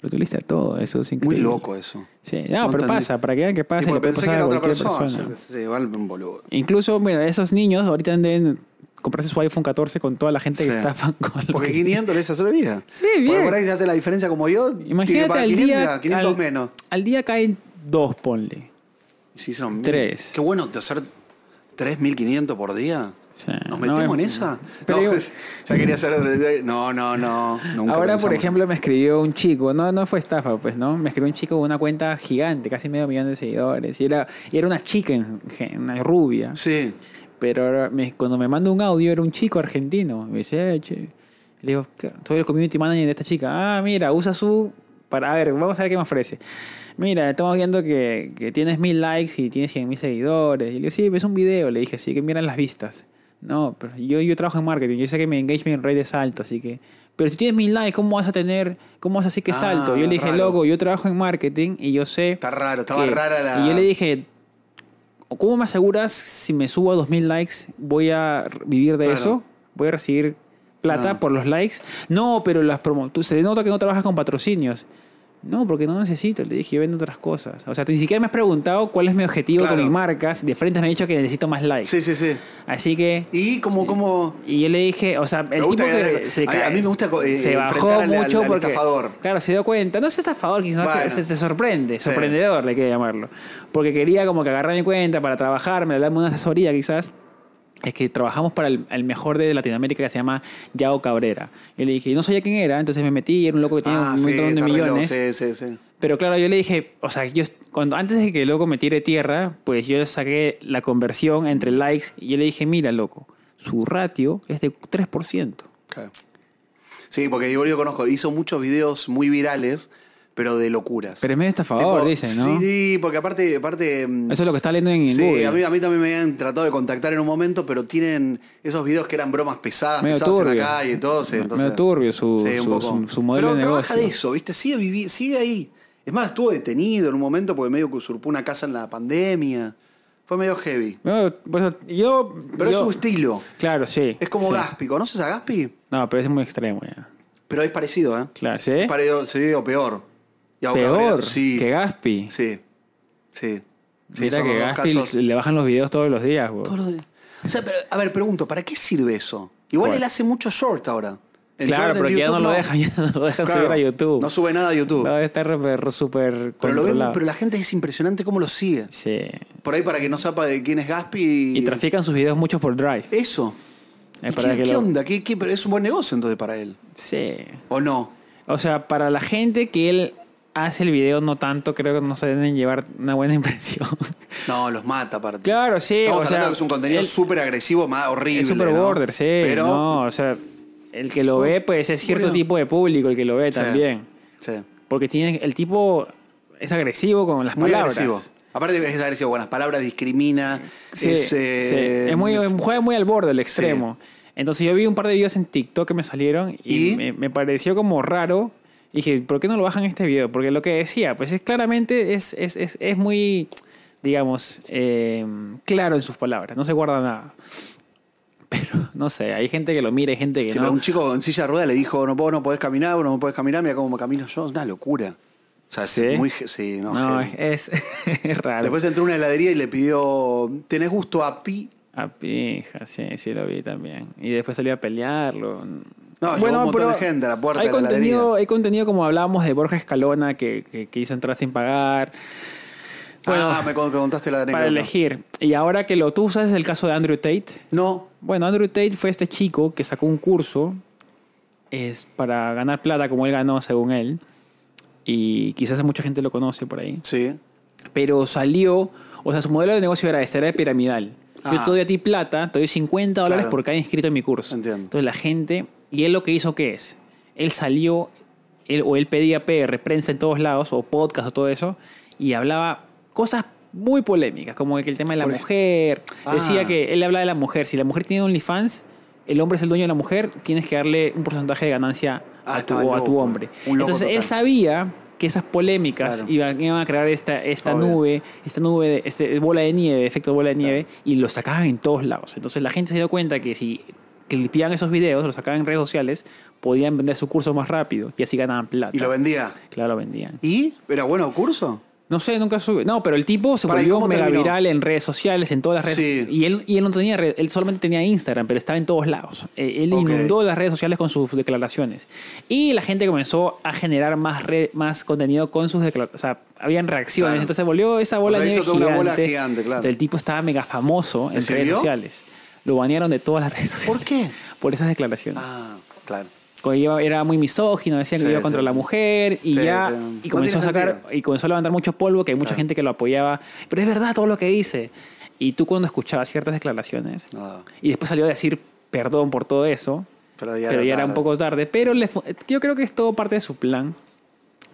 A: Lo tuviste a todo, eso es
B: Muy
A: increíble.
B: loco eso.
A: Sí, no, pero
B: entendí.
A: pasa, para que vean que
B: Y
A: pasa. y
B: porque
A: le puede
B: pensé que
A: pasar a
B: era otra
A: cualquier
B: persona.
A: persona.
B: Sí, igual un boludo.
A: Incluso, mira, esos niños ahorita deben comprarse su iPhone 14 con toda la gente
B: Sí.
A: que estafan con lo
B: Porque
A: que-
B: 500 les hace la vida.
A: Sí,
B: Porque
A: bien.
B: por ahí se hace la diferencia como yo. tiene
A: Imagínate
B: para
A: al
B: 500,
A: día.
B: 500
A: al-
B: menos.
A: Al día caen dos, ponle.
B: Sí, son mil.
A: Tres.
B: Qué bueno de hacer 3.500 por día.
A: Sí,
B: ¿Nos
A: no,
B: metemos en
A: es-
B: esa?
A: pero
B: No,
A: digo-
B: ya quería hacer. No, no, no. Nunca
A: Ahora, por
B: pensamos.
A: ejemplo, me escribió un chico, no, no fue estafa, pues, ¿no? Me escribió un chico con una cuenta gigante, casi medio millón de seguidores. Y era, y era una chica, en- en- una rubia.
B: Sí.
A: Pero ahora me- cuando me manda un audio era un chico argentino. Me dice, eh, che. Le digo, "¿Qué? soy el community manager de esta chica. Ah, mira, usa su... Para, a ver, vamos a ver qué me ofrece. Mira, estamos viendo que, que tienes mil likes y tienes cien mil seguidores. Y le digo, sí, ves un video. Le dije, sí, que miran las vistas. No, pero yo, yo trabajo en marketing. Yo sé que mi engagement rate es alto, así que... Pero si tienes mil likes, ¿cómo vas a tener... ¿Cómo vas así que es
B: Ah,
A: alto? Yo le dije,
B: raro.
A: loco, yo trabajo en marketing y yo sé...
B: Está raro, estaba
A: que-".
B: rara la-
A: Y yo le dije, ¿O ¿Cómo me aseguras si me subo a 2000 likes voy a r- vivir de
B: Claro.
A: eso? ¿Voy a recibir plata
B: No.
A: por los likes? No, pero las promo tú- se nota que no trabajas con patrocinios. No, porque no necesito, le dije, yo vendo otras cosas. O sea, tú ni siquiera me has preguntado cuál es mi objetivo
B: Claro.
A: con mis marcas. De frente me has dicho que necesito más likes.
B: Sí, sí, sí.
A: Así que...
B: Y como. como
A: Y yo le dije, o sea, el tipo
B: gusta
A: que,
B: que-
A: se
B: a- a mí me gusta, eh,
A: se
B: enfrentar
A: bajó
B: al- al-
A: mucho
B: al
A: porque
B: estafador.
A: claro, se dio cuenta, no es estafador, quizás
B: Bueno.
A: que se te sorprende, sorprendedor le quiere llamarlo, porque quería como que agarrar mi cuenta para trabajarme, darme una asesoría quizás. Es que trabajamos para el, el mejor de Latinoamérica que se llama Yao Cabrera. Yo le dije, no sabía quién era, entonces me metí, era un loco que tenía
B: ah,
A: un
B: sí,
A: montón de
B: está re loco.
A: millones.
B: Sí, sí, sí.
A: Pero claro, yo le dije, o sea, yo cuando antes de que el loco me tire tierra, pues yo saqué la conversión entre likes y yo le dije, mira, loco, su ratio es de 3%.
B: Claro. Sí, porque yo, yo conozco, hizo muchos videos muy virales, pero de locuras.
A: Pero es medio estafador,
B: Tipo,
A: dicen, ¿no?
B: Sí, porque aparte, aparte mm,
A: Eso es lo que está leyendo en
B: Sí,
A: Google.
B: a mí, a mí también me habían tratado de contactar en un momento, pero tienen esos videos que eran bromas pesadas,
A: Medio
B: pesadas en
A: turbio.
B: la calle y todo. sí,
A: Me-
B: entonces-
A: medio turbio su-
B: Sí, un
A: su-
B: poco.
A: su- su modelo
B: pero
A: de
B: trabaja
A: negocio.
B: de eso, ¿viste? Sigue, vivi- sigue ahí. Es más, estuvo detenido en un momento porque medio que usurpó una casa en la pandemia. Fue medio heavy.
A: No, por eso, yo,
B: Pero es
A: yo-
B: su estilo.
A: Claro, sí.
B: Es como
A: sí.
B: Gaspi. ¿Conoces a Gaspi?
A: No, pero es muy extremo ya.
B: Pero es parecido, ¿eh?
A: Claro, ¿sí?
B: Es parecido, sí, o peor. Y a Boca Cabrera,
A: Peor
B: sí.
A: que Gaspi.
B: Sí. Sí. Sí,
A: Mira
B: son
A: que
B: los dos
A: Gaspi
B: casos.
A: le bajan los videos todos los días, güey.
B: Todos los días. O sea, pero, a ver, pregunto, ¿para qué sirve eso? Igual
A: ¿Cuál?
B: él hace mucho short ahora. El
A: Claro,
B: short en
A: pero ya
B: YouTube
A: no lo dejan, ya no lo dejan
B: Claro,
A: subir a YouTube.
B: No sube nada a YouTube.
A: No, está súper, súper
B: pero, lo vemos,
A: controlado.
B: pero la gente es impresionante cómo lo sigue.
A: Sí.
B: Por ahí para que no sepa de quién es Gaspi.
A: Y trafican sus videos muchos por Drive.
B: Eso.
A: Es
B: ¿Y
A: para
B: ¿Qué,
A: que
B: qué
A: lo-
B: onda? ¿Qué, qué- pero es un buen negocio entonces para él.
A: Sí.
B: ¿O no?
A: O sea, para la gente que él hace el video, no tanto, creo que no se deben llevar una buena impresión.
B: No, los mata aparte.
A: claro, sí.
B: Estamos
A: o
B: hablando
A: sea,
B: que es un contenido
A: él-
B: súper agresivo, más horrible.
A: Es super
B: ¿no?
A: border, sí.
B: Pero.
A: No, o sea, el que lo ve, pues es cierto
B: Bueno.
A: tipo de público el que lo ve
B: Sí.
A: también.
B: Sí.
A: Porque tiene, el tipo es agresivo con las
B: Muy
A: palabras.
B: agresivo. Aparte es agresivo con las palabras, discrimina.
A: Sí,
B: es,
A: sí.
B: eh,
A: Es muy, juega muy al borde, al extremo. Entonces yo vi un par de videos en TikTok que me salieron y,
B: ¿Y?
A: Me, me pareció como raro. Dije, ¿por qué no lo bajan este video? Porque lo que decía, pues es claramente es, es, es, es muy, digamos, eh, claro en sus palabras. No se guarda nada. Pero, no sé, hay gente que lo mira, hay gente que
B: Sí,
A: no.
B: pero un chico en silla de ruedas le dijo, no puedo, no podés caminar, vos no podés caminar, mira cómo camino yo, es una locura. O sea, es
A: ¿Sí?
B: muy... ge- Sí, no,
A: No,
B: heavy.
A: es, es raro.
B: Después entró a una heladería y le pidió, ¿tenés gusto a pi?
A: A Ah, pija, sí, sí lo vi también. Y después salió a pelearlo.
B: No, llegó un montón de gente a la puerta
A: hay
B: de la
A: contenido,
B: heladería.
A: Hay contenido como hablábamos de Borja Escalona que, que, que hizo entrar sin pagar
B: ah, me con- contaste la anécdota.
A: para elegir. Y ahora que lo tú sabes el caso de Andrew Tate.
B: No,
A: Bueno, Andrew Tate fue este chico que sacó un curso es para ganar plata como él ganó según él. Y quizás mucha gente lo conoce por ahí.
B: sí.
A: pero salió, o sea, su modelo de negocio era este, era piramidal. Yo
B: Ah.
A: te doy a ti plata, te doy 50 dólares
B: Claro.
A: por cada inscrito en mi curso.
B: Entiendo.
A: Entonces la gente, y él lo que hizo, ¿qué es? Él salió, él, o él pedía PR, prensa en todos lados, o podcast o todo eso, y hablaba cosas muy polémicas, como que el tema de la
B: Por ej-
A: mujer,
B: Ah.
A: decía que él hablaba de la mujer, si la mujer tiene OnlyFans, el hombre es el dueño de la mujer, tienes que darle un porcentaje de ganancia
B: Ah,
A: a, tu,
B: estaba
A: o a tu
B: loco.
A: hombre.
B: Un loco
A: Entonces él
B: total.
A: sabía que esas polémicas
B: Claro.
A: iban, iban a crear esta, esta
B: Obvio.
A: nube, esta nube, de, este bola de nieve, efecto bola de nieve, y lo sacaban en todos lados. Entonces la gente se dio cuenta que si clipeaban esos videos, los sacaban en redes sociales, podían vender su curso más rápido y así ganaban plata.
B: Y lo vendía.
A: Claro, vendían.
B: ¿Y? ¿Era bueno curso?
A: No sé, nunca sube. No, pero el tipo se
B: Para, ¿y
A: volvió
B: cómo
A: mega
B: terminó?
A: viral en redes sociales, en todas las redes.
B: Sí.
A: Y, él, y él no tenía red, él solamente tenía Instagram, pero estaba en todos lados. Eh, él
B: Ok.
A: inundó las redes sociales con sus declaraciones. Y la gente comenzó a generar más red, más contenido con sus declaraciones. O sea, habían reacciones.
B: Claro.
A: Entonces volvió esa bola
B: O sea,
A: de
B: hizo toda
A: nieve
B: una
A: gigante.
B: bola gigante, claro.
A: El tipo estaba mega famoso
B: ¿Le
A: en redes
B: sirvió?
A: sociales. Lo banearon de todas las redes sociales.
B: ¿Por qué?
A: Por esas declaraciones.
B: Ah, claro.
A: Cuando iba- era muy misógino, decían que
B: Sí,
A: iba contra
B: sí,
A: la
B: sí.
A: mujer y
B: Sí,
A: ya
B: sí.
A: y
B: No
A: comenzó a
B: tiene
A: sacar
B: sentido.
A: y comenzó a levantar mucho polvo que hay mucha gente que lo apoyaba, pero es verdad todo lo que dice. Y tú cuando escuchabas ciertas declaraciones
B: Ah.
A: y después salió a decir perdón por todo eso,
B: Pero ya
A: pero
B: era
A: ya era un
B: tarde.
A: poco tarde, pero le fu- yo creo que es todo parte de su plan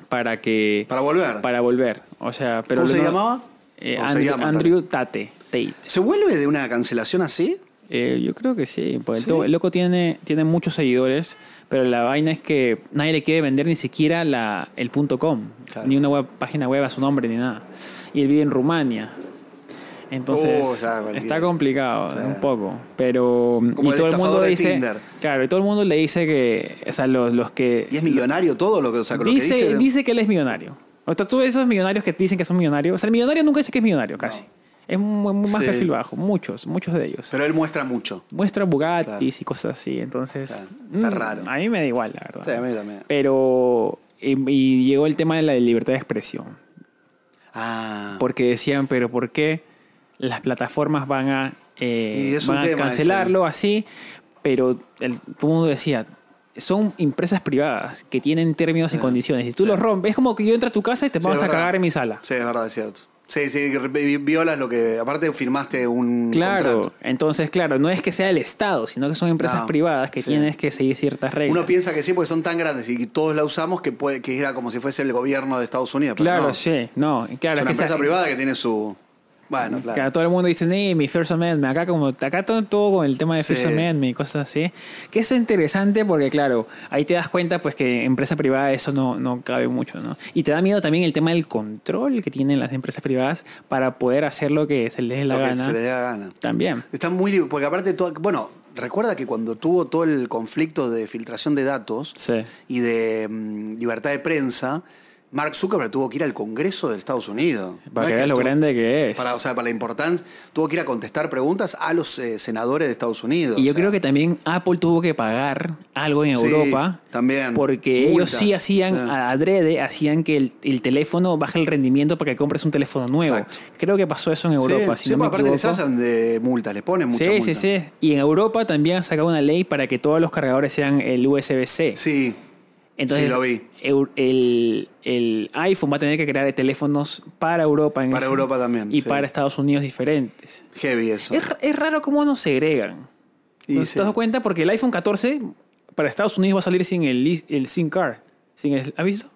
A: para que
B: Para volver.
A: para volver, o sea, pero
B: ¿Cómo se
A: no-
B: llamaba?
A: Eh,
B: ¿O se
A: Andrew,
B: llama, en
A: Andrew Tate, Tate.
B: ¿Se vuelve de una cancelación así?
A: Eh, yo creo que sí. porque el
B: ¿Sí?
A: to- El loco tiene, tiene muchos seguidores, pero la vaina es que nadie le quiere vender ni siquiera la, el punto .com,
B: Claro.
A: ni una web- página web a su nombre, ni nada. Y él vive en Rumania. Entonces,
B: Oh, ya, cualquiera.
A: está complicado,
B: Sí.
A: un poco. Pero.
B: Como
A: y
B: el
A: todo el
B: estafador
A: mundo
B: de
A: dice.
B: Tinder.
A: Claro, y todo el mundo le dice que. O sea, los, los que.
B: ¿Y es millonario todo lo que, o sea, lo que
A: dice,
B: dice?
A: dice, que él es millonario. O sea, todos esos millonarios que dicen que son millonarios. O sea, el millonario nunca dice que es millonario, casi. Es muy, muy más
B: Sí.
A: perfil bajo. Muchos, muchos de ellos
B: Pero él muestra mucho.
A: muestra Bugattis y cosas así. Entonces, mm,
B: Claro, está raro.
A: A mí me da igual, la verdad.
B: Sí, a mí también.
A: Pero, y, y llegó el tema de la libertad de expresión.
B: Ah.
A: Porque decían, pero ¿por qué las plataformas van a, eh,
B: Y es
A: van
B: un
A: a
B: tema
A: cancelarlo así? Pero el, todo el mundo decía, son empresas privadas que tienen términos y condiciones. Y tú los rompes, es como que yo entro a tu casa y te
B: Ah, Sí,
A: vas
B: es
A: a
B: verdad.
A: cagar en mi sala.
B: Sí, es verdad, es cierto. Sí, sí, vi- violas lo que. Aparte, firmaste un.
A: Claro,
B: contrato.
A: entonces, claro, no es que sea el Estado, sino que son empresas
B: No,
A: privadas que
B: sí.
A: tienes que seguir ciertas reglas.
B: Uno piensa que sí, porque son tan grandes y todos la usamos que, puede, que era como si fuese el gobierno de Estados Unidos. pero
A: claro,
B: no.
A: sí, no, claro.
B: es una
A: que sea-
B: empresa privada que tiene su. Bueno,
A: que
B: claro.
A: a todo el mundo dice, "Nee, mi First Amendment, acá como acá todo, todo con el tema de
B: Sí.
A: First Amendment y cosas así. Que es interesante porque, claro, ahí te das cuenta pues que empresa privada eso no, no cabe mucho, ¿no? Y te da miedo también el tema del control que tienen las empresas privadas para poder hacer lo que se les dé la
B: Lo que
A: gana.
B: se le dé la gana.
A: También.
B: Está muy libre, porque aparte, toda- bueno, recuerda que cuando tuvo todo el conflicto de filtración de datos
A: Sí.
B: y de mm, libertad de prensa, Mark Zuckerberg tuvo que ir al Congreso de Estados Unidos. No
A: Para
B: es
A: que veas lo
B: tu-
A: grande que es.
B: Para, o sea, para la importancia, tuvo que ir a contestar preguntas a los eh, senadores de Estados Unidos.
A: Y yo
B: o sea,
A: creo que también Apple tuvo que pagar algo en
B: Sí,
A: Europa.
B: también.
A: Porque ellos
B: Multas,
A: sí hacían,
B: sí.
A: a- adrede, hacían que el, el teléfono baje el rendimiento para que compres un teléfono nuevo.
B: Exacto.
A: Creo que pasó eso en Europa.
B: sí,
A: si
B: sí,
A: no me
B: aparte les
A: equivoco.
B: hacen de multas, les ponen muchas
A: Sí,
B: multas.
A: sí, sí. Y en Europa también han sacado una ley para que todos los cargadores sean el USB-C.
B: Sí,
A: Entonces,
B: sí, lo vi.
A: eu- El, el iPhone va a tener que crear teléfonos para Europa. en
B: Para Europa también,
A: Y
B: sí.
A: para Estados Unidos diferentes.
B: heavy eso.
A: Es, es raro cómo nos segregan.
B: Y
A: ¿No
B: sí.
A: ¿Te has dado cuenta? Porque el iPhone 14 para Estados Unidos va a salir sin el, is- el SIM card. Sin el, ¿Has visto?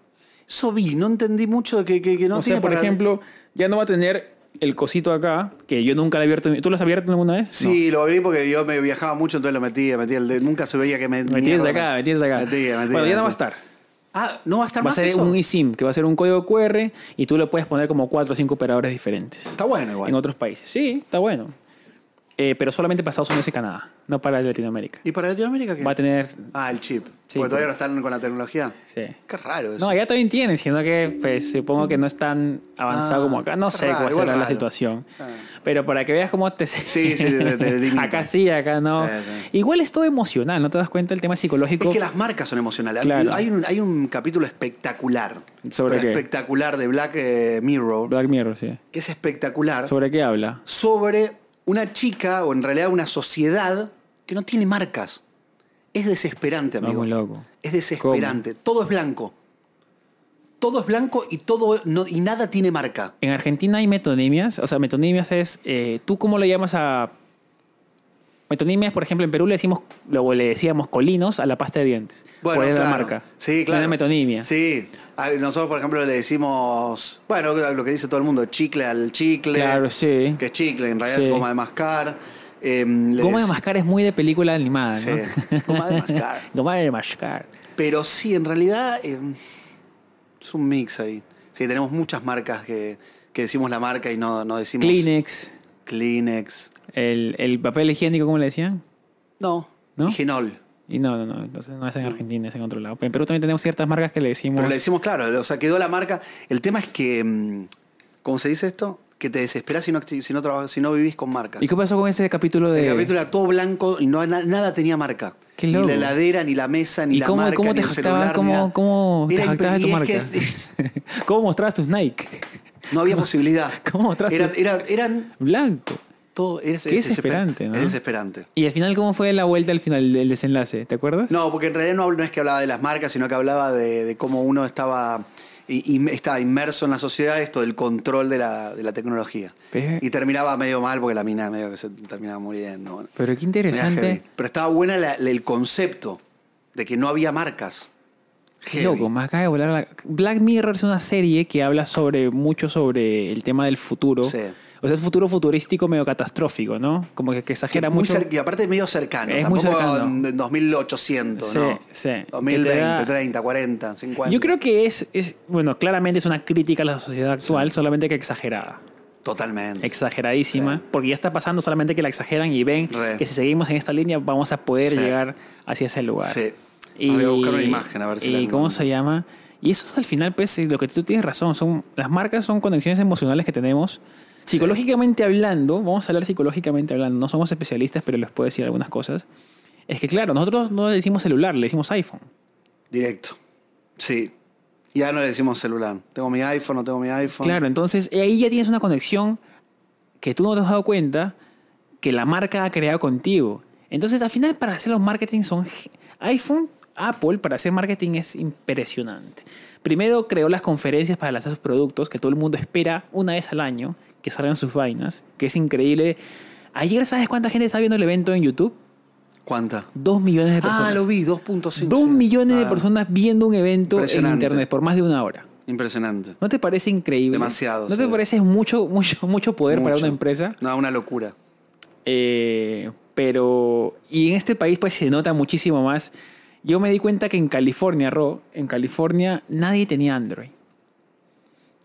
B: Eso vi, no entendí mucho que, que, que no
A: o
B: tiene
A: sea, por
B: para-
A: ejemplo, ya no va a tener el cosito acá, que yo nunca lo he abierto. ¿Tú lo has abierto alguna vez?
B: Sí, lo abrí porque yo me viajaba mucho, entonces lo metía, metía el dedo. Nunca se veía que me.
A: No. Metías de acá, metías de acá.
B: Metía, metía,
A: bueno, ya no va a
B: metía.
A: estar.
B: Ah, no va a estar
A: Va a
B: más
A: ser
B: eso?
A: un eSIM, que va a ser un código QR y tú le puedes poner como cuatro o cinco operadores diferentes.
B: Está bueno igual.
A: En otros países. Sí, está bueno. Eh, pero solamente para Estados Unidos y Canadá, no para Latinoamérica.
B: ¿Y para Latinoamérica qué?
A: Va a tener.
B: Ah, el chip.
A: Sí,
B: porque todavía
A: pero-
B: no están con la tecnología.
A: Sí.
B: Qué raro eso.
A: No, allá también tienen, sino que pues, supongo que no es tan avanzado
B: Ah,
A: como acá. No sé
B: raro,
A: cuál
B: igual
A: será la
B: raro.
A: situación.
B: Ah.
A: Pero para que veas cómo te...
B: Sí, sí, te- te limitan.
A: acá sí, acá no.
B: Sí, sí.
A: Igual es todo emocional, ¿no te das cuenta el tema psicológico?
B: Es que las marcas son emocionales.
A: Claro.
B: Hay, un, hay un capítulo espectacular.
A: ¿Sobre
B: pero
A: qué?
B: Espectacular de Black eh, Mirror,
A: Black Mirror, sí.
B: que es espectacular, sobre...
A: ¿Sobre qué habla?
B: una chica, o en realidad una sociedad, que no tiene marcas. Es desesperante,
A: No,
B: amigo.
A: muy loco.
B: Es desesperante. Todo es blanco. Todo es blanco y todo no- y nada tiene marca.
A: En Argentina hay metonimias. O sea, metonimias es... eh, ¿Tú cómo le llamas a...? Metonimias, por ejemplo, en Perú le decimos, luego le decíamos colinos a la pasta de dientes.
B: Bueno,
A: ¿Cuál es la
B: claro.
A: marca?
B: Sí, claro.
A: Una metonimia.
B: Sí. A- Nosotros, por ejemplo, le decimos, bueno, lo que dice todo el mundo, chicle al chicle.
A: Claro, sí.
B: Que es chicle, en realidad
A: Sí.
B: es goma de mascar. Eh, le
A: Goma de
B: dec-
A: mascar es muy de película animada,
B: Sí,
A: ¿no?
B: goma de mascar.
A: Goma de mascar.
B: Pero sí, en realidad eh, es un mix ahí. Sí, tenemos muchas marcas que, que decimos la marca y no, no decimos...
A: Kleenex.
B: Kleenex.
A: El, el papel higiénico, ¿cómo le decían?
B: No.
A: ¿No?
B: Genol.
A: Y no, no, no. Entonces no es en Argentina, es en otro lado. En Perú también tenemos ciertas marcas que le decimos.
B: Mm. Pero le decimos, claro, o sea, quedó la marca. El tema es que, mm, ¿cómo se dice esto? Que te desesperas si no, acti- si no, trabajas, si no vivís con marcas.
A: ¿Y qué pasó con ese capítulo de.?
B: El capítulo era todo blanco y no, na- nada tenía marca.
A: Qué
B: ni
A: loco.
B: la heladera, ni la mesa, ni
A: ¿Y
B: la
A: cómo,
B: marca,
A: cómo
B: ni
A: te
B: el celular.
A: jactabas?
B: ni
A: ¿Cómo,
B: nada.
A: cómo te
B: Era
A: jactabas de
B: impre-
A: tu
B: y es
A: marca?
B: que es-
A: ¿Cómo mostrabas tus Nike?
B: es- no había posibilidad.
A: cómo trataste?
B: Era, era- eran
A: Blanco.
B: todo. Es,
A: Qué
B: es
A: desesperante,
B: desesper-
A: ¿no?
B: Es desesperante.
A: ¿Y al final cómo fue la vuelta al final del desenlace? ¿Te acuerdas?
B: No, porque en realidad no, hablo- no es que hablaba de las marcas, sino que hablaba de, de cómo uno estaba, i- im- estaba inmerso en la sociedad, esto del control de la, de la tecnología.
A: Pe-
B: Y terminaba medio mal porque la mina medio que se terminaba muriendo. bueno.
A: Pero qué
B: Era
A: interesante.
B: heavy. Pero estaba buena la- la- el concepto de que no había marcas.
A: Qué
B: Heavy.
A: Loco, me acaba de volar la... Black Mirror es una serie que habla sobre mucho sobre el tema del futuro.
B: Sí.
A: O sea, el futuro futurístico medio catastrófico, ¿no? Como que, que exagera
B: Muy
A: mucho.
B: cer- y aparte medio cercano.
A: Es muy
B: Tampoco
A: cercano.
B: en 2800,
A: Sí,
B: ¿no?
A: sí. Que te
B: 2020,
A: da-
B: 30, 40, 50.
A: Yo creo que es, es, bueno, claramente es una crítica a la sociedad actual, solamente que exagerada.
B: Totalmente.
A: Exageradísima.
B: Sí.
A: Porque ya está pasando solamente que la exageran y ven
B: Re.
A: que si seguimos en esta línea vamos a poder
B: Sí.
A: llegar hacia ese lugar.
B: Sí. A ver, voy a buscar una imagen, a ver si la
A: ¿Y cómo
B: encuentro.
A: se llama? Y eso es al final, pues, es lo que tú tienes razón. Son, las marcas son conexiones emocionales que tenemos. Psicológicamente hablando, vamos a hablar psicológicamente hablando, no somos especialistas, pero les puedo decir algunas cosas. Es que, claro, nosotros no le decimos celular, le decimos iPhone.
B: Directo. Sí. Ya no le decimos celular. Tengo mi iPhone, no tengo mi iPhone.
A: Claro, entonces eh, ahí ya tienes una conexión que tú no te has dado cuenta que la marca ha creado contigo. Entonces, al final, para hacer los marketing son ge- iPhone, Apple para hacer marketing es impresionante. Primero creó las conferencias para lanzar sus productos, que todo el mundo espera una vez al año que salgan sus vainas, que es increíble. Ayer, ¿sabes cuánta gente está viendo el evento en YouTube?
B: ¿Cuánta?
A: Dos millones de personas.
B: Ah, lo vi, 2.5.
A: Dos millones de
B: Ah,
A: personas viendo un evento en
B: Impresionante.
A: internet por más de una hora.
B: Impresionante.
A: ¿No te parece increíble?
B: Demasiado,
A: ¿No te
B: sí.
A: parece mucho, mucho, mucho poder para
B: Mucho.
A: una empresa?
B: No, una locura.
A: Eh, pero. Y en este país, pues se nota muchísimo más. Yo me di cuenta que en California, Ro, en California nadie tenía Android.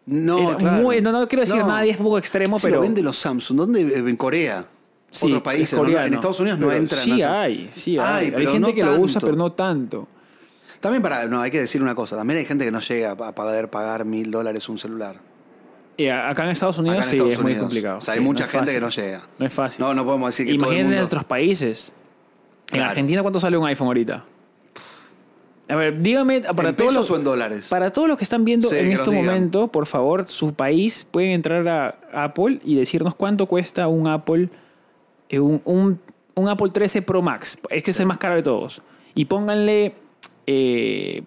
B: No,
A: Era
B: claro.
A: muy- no, no quiero decir nadie, es un poco extremo,
B: Sí,
A: pero-
B: lo venden los Samsung. ¿Dónde? Eh, En Corea.
A: Sí,
B: Otros
A: es
B: países. ¿no?
A: coreano.
B: En Estados Unidos no
A: Pero
B: entran.
A: Sí,
B: hacen-
A: hay, sí,
B: Ay,
A: hay. Hay
B: pero
A: gente
B: no
A: que lo usa,
B: tanto.
A: pero no tanto.
B: También para. No, hay que decir una cosa. También hay gente que no llega a poder pagar mil dólares un celular.
A: Eh, acá en Estados Unidos
B: Acá en
A: sí
B: Estados
A: es muy
B: Unidos.
A: complicado.
B: O sea,
A: sí,
B: hay mucha
A: es
B: gente que no
A: fácil.
B: llega.
A: No es fácil.
B: No, no podemos decir que todo el
A: Imagínate en
B: mundo-
A: otros países. En
B: Claro.
A: Argentina, ¿cuánto sale un iPhone ahorita? A ver, dígame, para
B: ¿En
A: todos
B: pesos
A: los-
B: o en dólares?
A: Para todos los que están viendo
B: Sí,
A: en
B: que
A: este
B: nos digan.
A: momento, por favor, su país, pueden entrar a Apple y decirnos cuánto cuesta un Apple, eh, un, un- un Apple 13 Pro Max. Este es el más caro de todos. Y pónganle eh,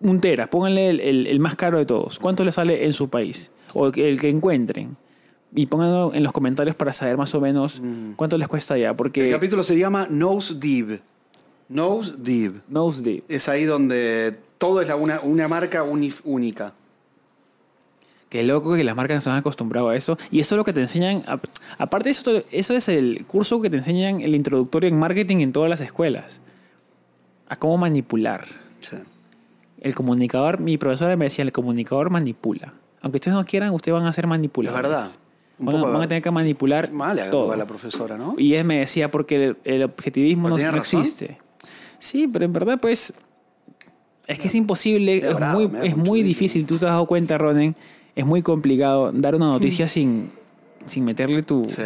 A: un tera, pónganle el, el- el más caro de todos. ¿Cuánto le sale en su país? O el que- el que encuentren. Y pónganlo en los comentarios para saber más o menos cuánto les cuesta allá.
B: Mm. El
A: Porque
B: capítulo se llama Nose Div. Nose Div.
A: Nose Deep.
B: Es ahí donde todo es la una, una marca unif- única.
A: Qué loco que las marcas se han acostumbrado a eso. Y eso es lo que te enseñan. a- Aparte de eso, eso es el curso que te enseñan el introductorio en marketing en todas las escuelas. A cómo manipular.
B: Sí.
A: El comunicador, mi profesora me decía, el comunicador manipula. Aunque ustedes no quieran, ustedes van a ser manipulados.
B: Es verdad. Un
A: Van,
B: poco
A: a-
B: de
A: van a
B: verdad.
A: tener que manipular
B: Mala
A: todo.
B: a la profesora, ¿no?
A: Y él me decía, porque el, el objetivismo
B: ¿Pero
A: no,
B: tenía
A: no
B: razón?
A: existe. Sí, pero en verdad, pues, es que es imposible,
B: da
A: es
B: bravo,
A: muy,
B: me da
A: es
B: mucho
A: muy
B: miedo.
A: difícil. Tú te has dado cuenta, Ronen, es muy complicado dar una noticia sin, sin meterle tu...
B: Hmm. Sí.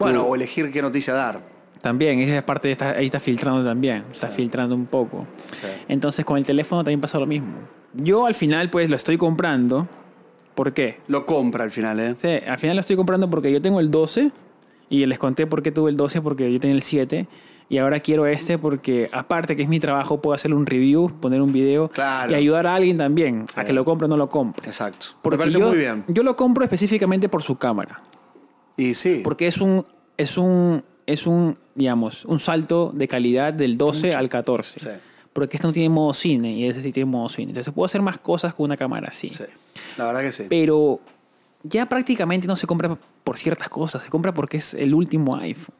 B: Bueno, o elegir qué noticia dar.
A: También, esa es parte, de esta- ahí está filtrando también, está filtrando un poco.
B: Sí.
A: Entonces, con el teléfono también pasa lo mismo. Yo al final, pues, lo estoy comprando. ¿Por qué?
B: Lo compra al final, ¿eh?
A: Sí, al final lo estoy comprando porque yo tengo el 12 y les conté por qué tuve el 12 porque yo tenía el 7 y ahora quiero este porque aparte que es mi trabajo puedo hacer un review, poner un video
B: Claro.
A: y ayudar a alguien también a que lo compre o no lo compre.
B: Exacto.
A: Porque
B: Me parece
A: yo,
B: muy bien.
A: yo lo compro específicamente por su cámara,
B: Y sí.
A: porque es un es un es un digamos, un salto de calidad del 12 al 14.
B: Sí.
A: Porque este no tiene modo cine y ese sí tiene modo cine. Entonces puedo hacer más cosas con una cámara así.
B: sí. La verdad que sí.
A: Pero ya prácticamente no se compra por ciertas cosas, se compra porque es el último iPhone.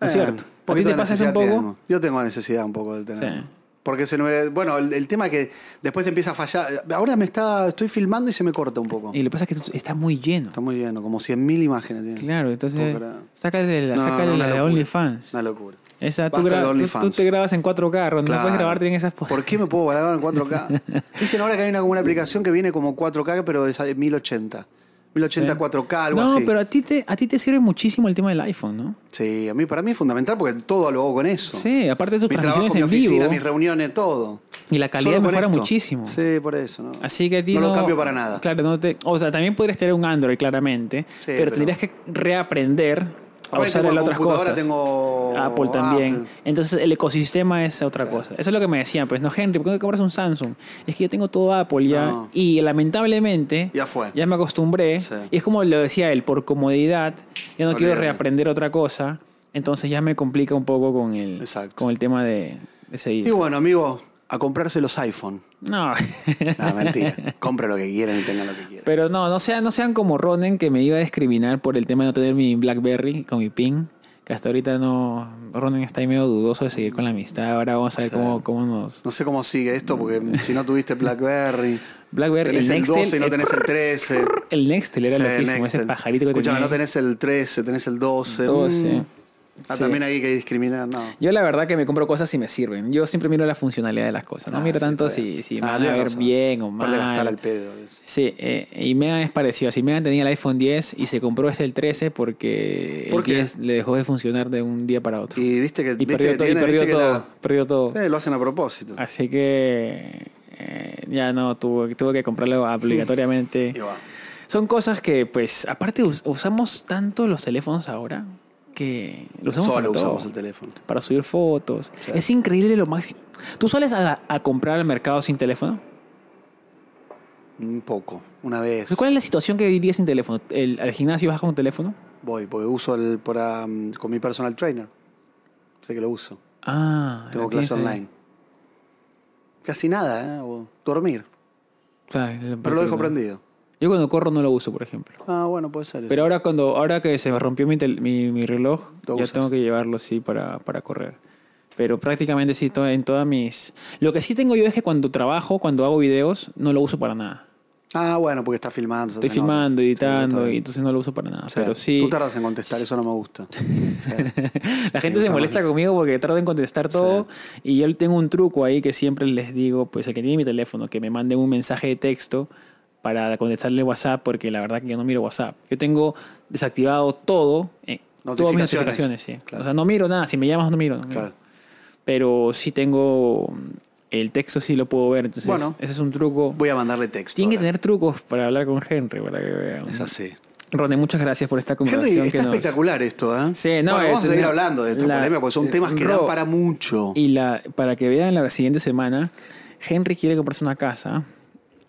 A: ¿No es
B: Eh,
A: cierto?
B: un
A: ¿A ti
B: poquito
A: te
B: de
A: pasa eso un
B: necesidad
A: poco?
B: tengo. Yo tengo necesidad un poco de tener.
A: Sí.
B: Porque se me, bueno, el, el tema que después empieza a fallar. Ahora me está, estoy filmando y se me corta un poco.
A: Y lo que pasa es que tú- está muy lleno.
B: Está muy bien, ¿no? como 100.000 imágenes. tiene.
A: Claro, entonces
B: Puedo creer.
A: sácale la,
B: No, no,
A: sácale la
B: una
A: de
B: locura.
A: OnlyFans.
B: Una locura.
A: Esa, tú,
B: Basta
A: gra-
B: de
A: tú-
B: OnlyFans.
A: tú te grabas en 4K, Ron, no
B: Claro.
A: puedes grabarte en esas po-
B: ¿Por qué me puedo grabar en 4K? Dicen ahora que hay una, como una aplicación que viene como 4K, pero es 1080. 1080 4K, algo
A: no,
B: así.
A: pero a ti, te, a ti te sirve muchísimo el tema del iPhone, ¿no?
B: Sí, a mí, para mí es fundamental porque todo lo hago con eso.
A: Sí, aparte de tus
B: mi trabajo,
A: transmisiones
B: mi
A: en
B: oficina, mis
A: vivo.
B: reuniones, todo.
A: Y la calidad
B: Solo con
A: mejora
B: esto.
A: muchísimo.
B: Sí, por eso. ¿no?
A: Así que a ti
B: no, lo cambio para nada.
A: Claro, no te, o sea, también podrías tener un Android, claramente, pero,
B: pero-
A: tendrías que reaprender a
B: Aparte
A: usar
B: tengo
A: las otras
B: computadora,
A: cosas.
B: tengo
A: Apple también.
B: Apple.
A: Entonces el ecosistema es otra cosa. Eso es lo que me decían, pues no, Henry, ¿por qué no compras un Samsung? Es que yo tengo todo Apple ya
B: No.
A: y lamentablemente
B: Ya fue.
A: me acostumbré
B: Sí.
A: y es como lo decía él, por comodidad, yo no quiero
B: Olvídate.
A: reaprender otra cosa, entonces ya me complica un poco con el
B: Exacto.
A: con el tema de, de
B: Y
A: seguir.
B: bueno, amigo, a comprarse los iPhone.
A: No.
B: No, mentira. Compre lo que quieran y tengan lo que quieran.
A: Pero no, no sean, no sean como Ronen que me iba a discriminar por el tema de no tener mi Blackberry con mi pin. Que hasta ahorita no. Ronen está ahí medio dudoso de seguir con la amistad. Ahora vamos a ver cómo, cómo nos.
B: No sé cómo sigue esto, porque si no tuviste BlackBerry,
A: Blackberry,
B: tenés
A: el
B: el
A: Nextel, eh,
B: 12 y no
A: el-
B: tenés el 13.
A: El Nextel era
B: Sí,
A: loquísimo, ese
B: Nextel.
A: pajarito que
B: Escuchame,
A: tenía.
B: no tenés el 13, tenés el 12.
A: 12.
B: Mm. Ah,
A: Sí.
B: también hay que discriminar, no.
A: Yo la verdad que me compro cosas si me sirven. Yo siempre miro la funcionalidad de las cosas. No
B: Ah,
A: miro
B: sí,
A: tanto
B: está bien.
A: si, si
B: Ah,
A: me van a
B: tenés
A: ver
B: razón.
A: bien o
B: Aparte de gastar al
A: mal.
B: pedo, es-
A: Sí, eh, y Megan es parecido. Si Megan tenía el iPhone 10 y se compró este el 13 porque
B: ¿Por
A: el
B: qué?
A: 10 le dejó de funcionar de un día para otro.
B: Y viste que,
A: Y
B: viste
A: perdió,
B: que
A: todo, y
B: tiene,
A: perdió
B: viste que
A: todo,
B: la-
A: perdió todo.
B: Sí, lo hacen a propósito.
A: Así que eh, ya no, tuvo, tuvo que comprarlo obligatoriamente.
B: Y va.
A: Son cosas que, pues, aparte us- usamos tanto los teléfonos ahora que lo usamos para
B: Solo
A: todo.
B: usamos el teléfono.
A: Para subir fotos.
B: Sí.
A: Es increíble lo más. ¿Tú sales a, a comprar al mercado sin teléfono?
B: Un poco. Una vez.
A: Pues, ¿Cuál es la situación que dirías sin teléfono? ¿El, ¿Al gimnasio vas con un teléfono?
B: Voy, porque uso el para, mm, con mi personal trainer. Sé que lo uso.
A: Ah,
B: Tengo
A: la
B: clase
A: tienes ahí.
B: online. Casi nada, ¿eh? O dormir.
A: O sea, el-
B: Pero lo dejo prendido.
A: Yo cuando corro no lo uso, por ejemplo.
B: Ah, bueno, puede ser eso.
A: Pero ahora cuando ahora que se me rompió mi, tel- mi, mi reloj,
B: Lo
A: ya
B: usas.
A: tengo que llevarlo así para, para correr. Pero prácticamente sí, to- en todas mis... Lo que sí tengo yo es que cuando trabajo, cuando hago videos, no lo uso para nada.
B: ah, bueno, porque estás filmando. se
A: Estoy
B: te
A: filmando,
B: nota. Sí,
A: editando,
B: está
A: y
B: bien.
A: entonces no lo uso para nada.
B: O sea,
A: pero sí...
B: Tú tardas en contestar, eso no me gusta. O sea,
A: La
B: Sí,
A: gente se
B: usa
A: molesta
B: más.
A: conmigo porque tardo en contestar todo y yo tengo un truco ahí que siempre les digo, pues el que tiene mi teléfono, que me mande un mensaje de texto para contestarle WhatsApp porque la verdad que yo no miro WhatsApp. Yo tengo desactivado todo, eh, todas mis
B: Notificaciones.
A: notificaciones, sí.
B: Claro.
A: O sea, no miro nada, si me llamas no miro. no miro.
B: claro.
A: Pero sí tengo mm, el texto, sí lo puedo ver, entonces
B: Bueno.
A: ese es un truco.
B: Voy a mandarle texto.
A: Tienen que
B: ahora.
A: tener trucos para hablar con Henry, para que vean.
B: Es así.
A: Ronnie, muchas gracias por esta conversación.
B: Henry,
A: que
B: está
A: nos-
B: espectacular esto, ¿eh?
A: Sí, no,
B: Bueno, vamos
A: eh,
B: a seguir
A: no,
B: hablando de esta
A: la- eh,
B: polémica porque son temas que
A: Ro-
B: dan para mucho.
A: Y la, para que vean la siguiente semana, Henry quiere comprarse una casa.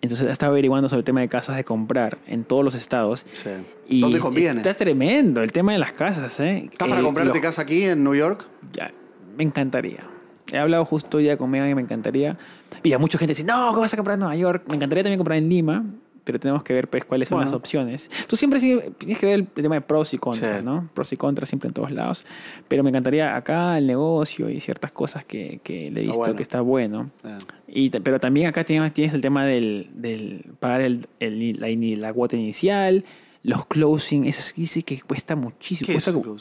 A: Entonces está averiguando sobre el tema de casas de comprar en todos los estados.
B: Sí. ¿Dónde conviene?
A: Está tremendo el tema de las casas, ¿eh?
B: ¿Estás para
A: Eh,
B: comprarte
A: los-
B: casa aquí en New York?
A: ya, me encantaría. He hablado justo ya con Megan y me encantaría. Y a mucha gente dice, no, ¿cómo vas a comprar en Nueva York? Me encantaría también comprar en Lima, pero tenemos que ver pues, cuáles son
B: Bueno.
A: las opciones. Tú siempre sí- tienes que ver el tema de pros y contras,
B: Sí.
A: ¿no? Pros y contras siempre en todos lados. Pero me encantaría acá el negocio y ciertas cosas que, que
B: Está
A: le he visto
B: bueno.
A: que está bueno.
B: Ah.
A: Y, ta- pero también acá tienes, tienes el tema del, del pagar el, el- la, ini- la cuota inicial, los closing, eso sí dice que cuesta muchísimo.
B: ¿Qué es
A: Cuesta
B: eso?
A: como-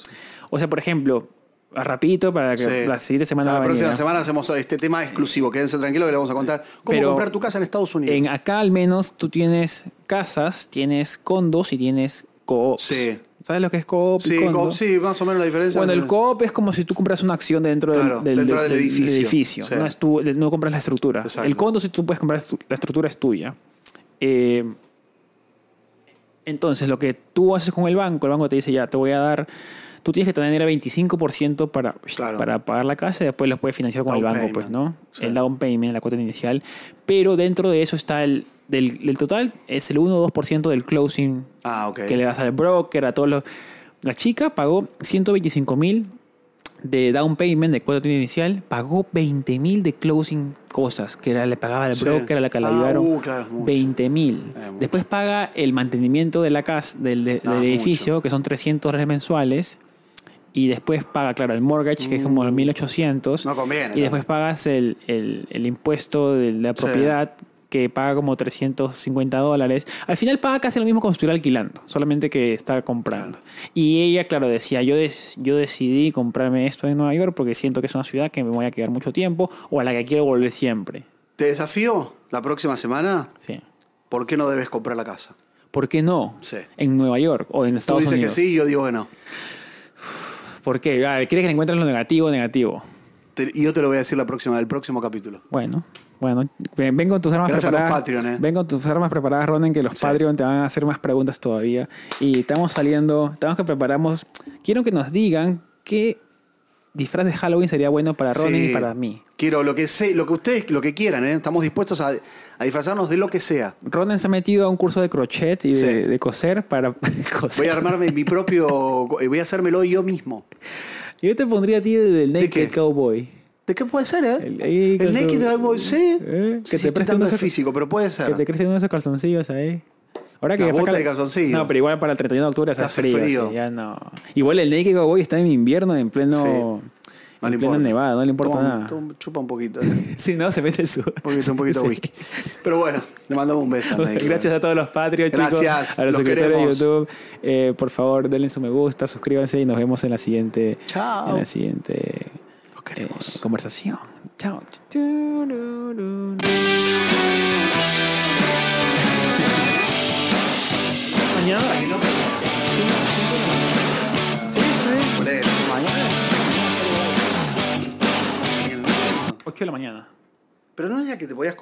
A: o sea, por ejemplo, rapidito para que
B: Sí. Ah,
A: la siguiente semana
B: la
A: mañana.
B: próxima semana hacemos este tema exclusivo. Quédense tranquilos que le vamos a contar cómo
A: Pero
B: comprar tu casa en Estados Unidos.
A: En acá al menos tú tienes casas, tienes condos y tienes co-ops.
B: Sí.
A: ¿Sabes lo que es co-op? y
B: sí,
A: condo?
B: co- sí, más o menos la diferencia.
A: Bueno, el
B: co
A: co-op es como si tú compras una acción dentro del,
B: Claro, dentro del edificio. Sí.
A: No, es tu- no compras la estructura.
B: Exacto.
A: El condo, si tú puedes comprar, tu- la estructura es tuya. Eh, entonces, lo que tú haces con el banco, el banco te dice, ya, te voy a dar... Tú tienes que tener el 25% para,
B: Claro.
A: para pagar la casa y después la puedes financiar con
B: Down
A: el banco,
B: payment.
A: pues, ¿no?
B: Sí.
A: El down payment, la cuota inicial. Pero dentro de eso está el... Del, del total es el 1 o 2% del closing
B: Ah, ok.
A: que le das al broker, a todos los... La chica pagó 125 mil de down payment, de cuota inicial, pagó 20 mil de closing cosas, que era, le pagaba al
B: Sí.
A: broker, a la que la
B: Ah,
A: ayudaron.
B: uh, claro, es mucho. Eh,
A: 20 mil.
B: mucho.
A: Después paga el mantenimiento de la casa, del, de-
B: Ah,
A: del
B: mucho.
A: edificio, que son 300 dólares mensuales. Y después paga, claro, el mortgage, que es como los 1800.
B: Mm. No conviene,
A: Y
B: ¿no?
A: después pagas el, el- el impuesto de la
B: Sí.
A: propiedad, que paga como 350 dólares. Al final paga casi lo mismo como si estuviera alquilando, solamente que está comprando. Y ella, claro, decía, yo, des- yo decidí comprarme esto en Nueva York porque siento que es una ciudad que me voy a quedar mucho tiempo o a la que quiero volver siempre.
B: Te desafío la próxima semana.
A: Sí.
B: ¿Por qué no debes comprar la casa?
A: ¿Por qué no?
B: Sí.
A: En Nueva York o en
B: Tú
A: Estados
B: dices
A: Unidos.
B: que sí, yo digo que no.
A: ¿Por qué? A ver, ¿Quieres que le encuentres lo negativo? Negativo.
B: Te- y yo te lo voy a decir la próxima, el próximo capítulo.
A: Bueno, bueno, ven, ven con tus armas
B: Gracias a los
A: preparadas.
B: Patreon, eh.
A: Ven con tus armas preparadas, Ronen, que los Patreon te van a hacer más preguntas todavía. Y estamos saliendo, estamos que preparamos. Quiero que nos digan qué disfraz de Halloween sería bueno para Ronen
B: Sí.
A: y para mí.
B: Quiero lo que sé, lo que ustedes, lo que quieran, ¿eh? Estamos dispuestos a, a disfrazarnos de lo que sea.
A: Ronen se ha metido a un curso de crochet y de,
B: Sí.
A: de coser para coser.
B: Voy a armarme mi propio. eh, Voy a hacérmelo yo mismo.
A: Yo te pondría a ti del Naked
B: qué?
A: Cowboy.
B: ¿De qué puede ser, eh?
A: El-
B: El,
A: ahí con
B: Naked
A: tu-
B: Cowboy, sí.
A: Eh, que
B: Sí,
A: te
B: estoy
A: presten
B: tanto
A: unos-
B: de físico, pero puede ser.
A: Que te crecen unos calzoncillos ahí. Ahora que
B: La
A: ya está
B: bota
A: cal-
B: de calzoncillo.
A: No, pero igual para el 31 de octubre hace
B: Hace
A: frío.
B: frío.
A: sí, ya no. Igual el Naked Cowboy está en invierno, en pleno,
B: Sí.
A: en pleno nevado, no le importa
B: Toma un-
A: nada.
B: toma un- chupa un poquito. eh. Un
A: Si no, se mete el sudor.
B: poquito, un poquito
A: Sí.
B: de whisky. Pero bueno, le mandamos un beso. a Naked
A: Gracias a todos los patrios, chicos.
B: Gracias,
A: a los
B: los
A: suscriptores
B: queremos.
A: de YouTube. Eh, por favor, denle su me gusta, suscríbanse y nos vemos en la siguiente,
B: Chao.
A: en la siguiente eh, conversación. Chao. Mañana a las cinco- cinco de la mañana. Sí, está bien.
B: Cowboy.
A: Ocho de la mañana.
B: Pero no era que te podías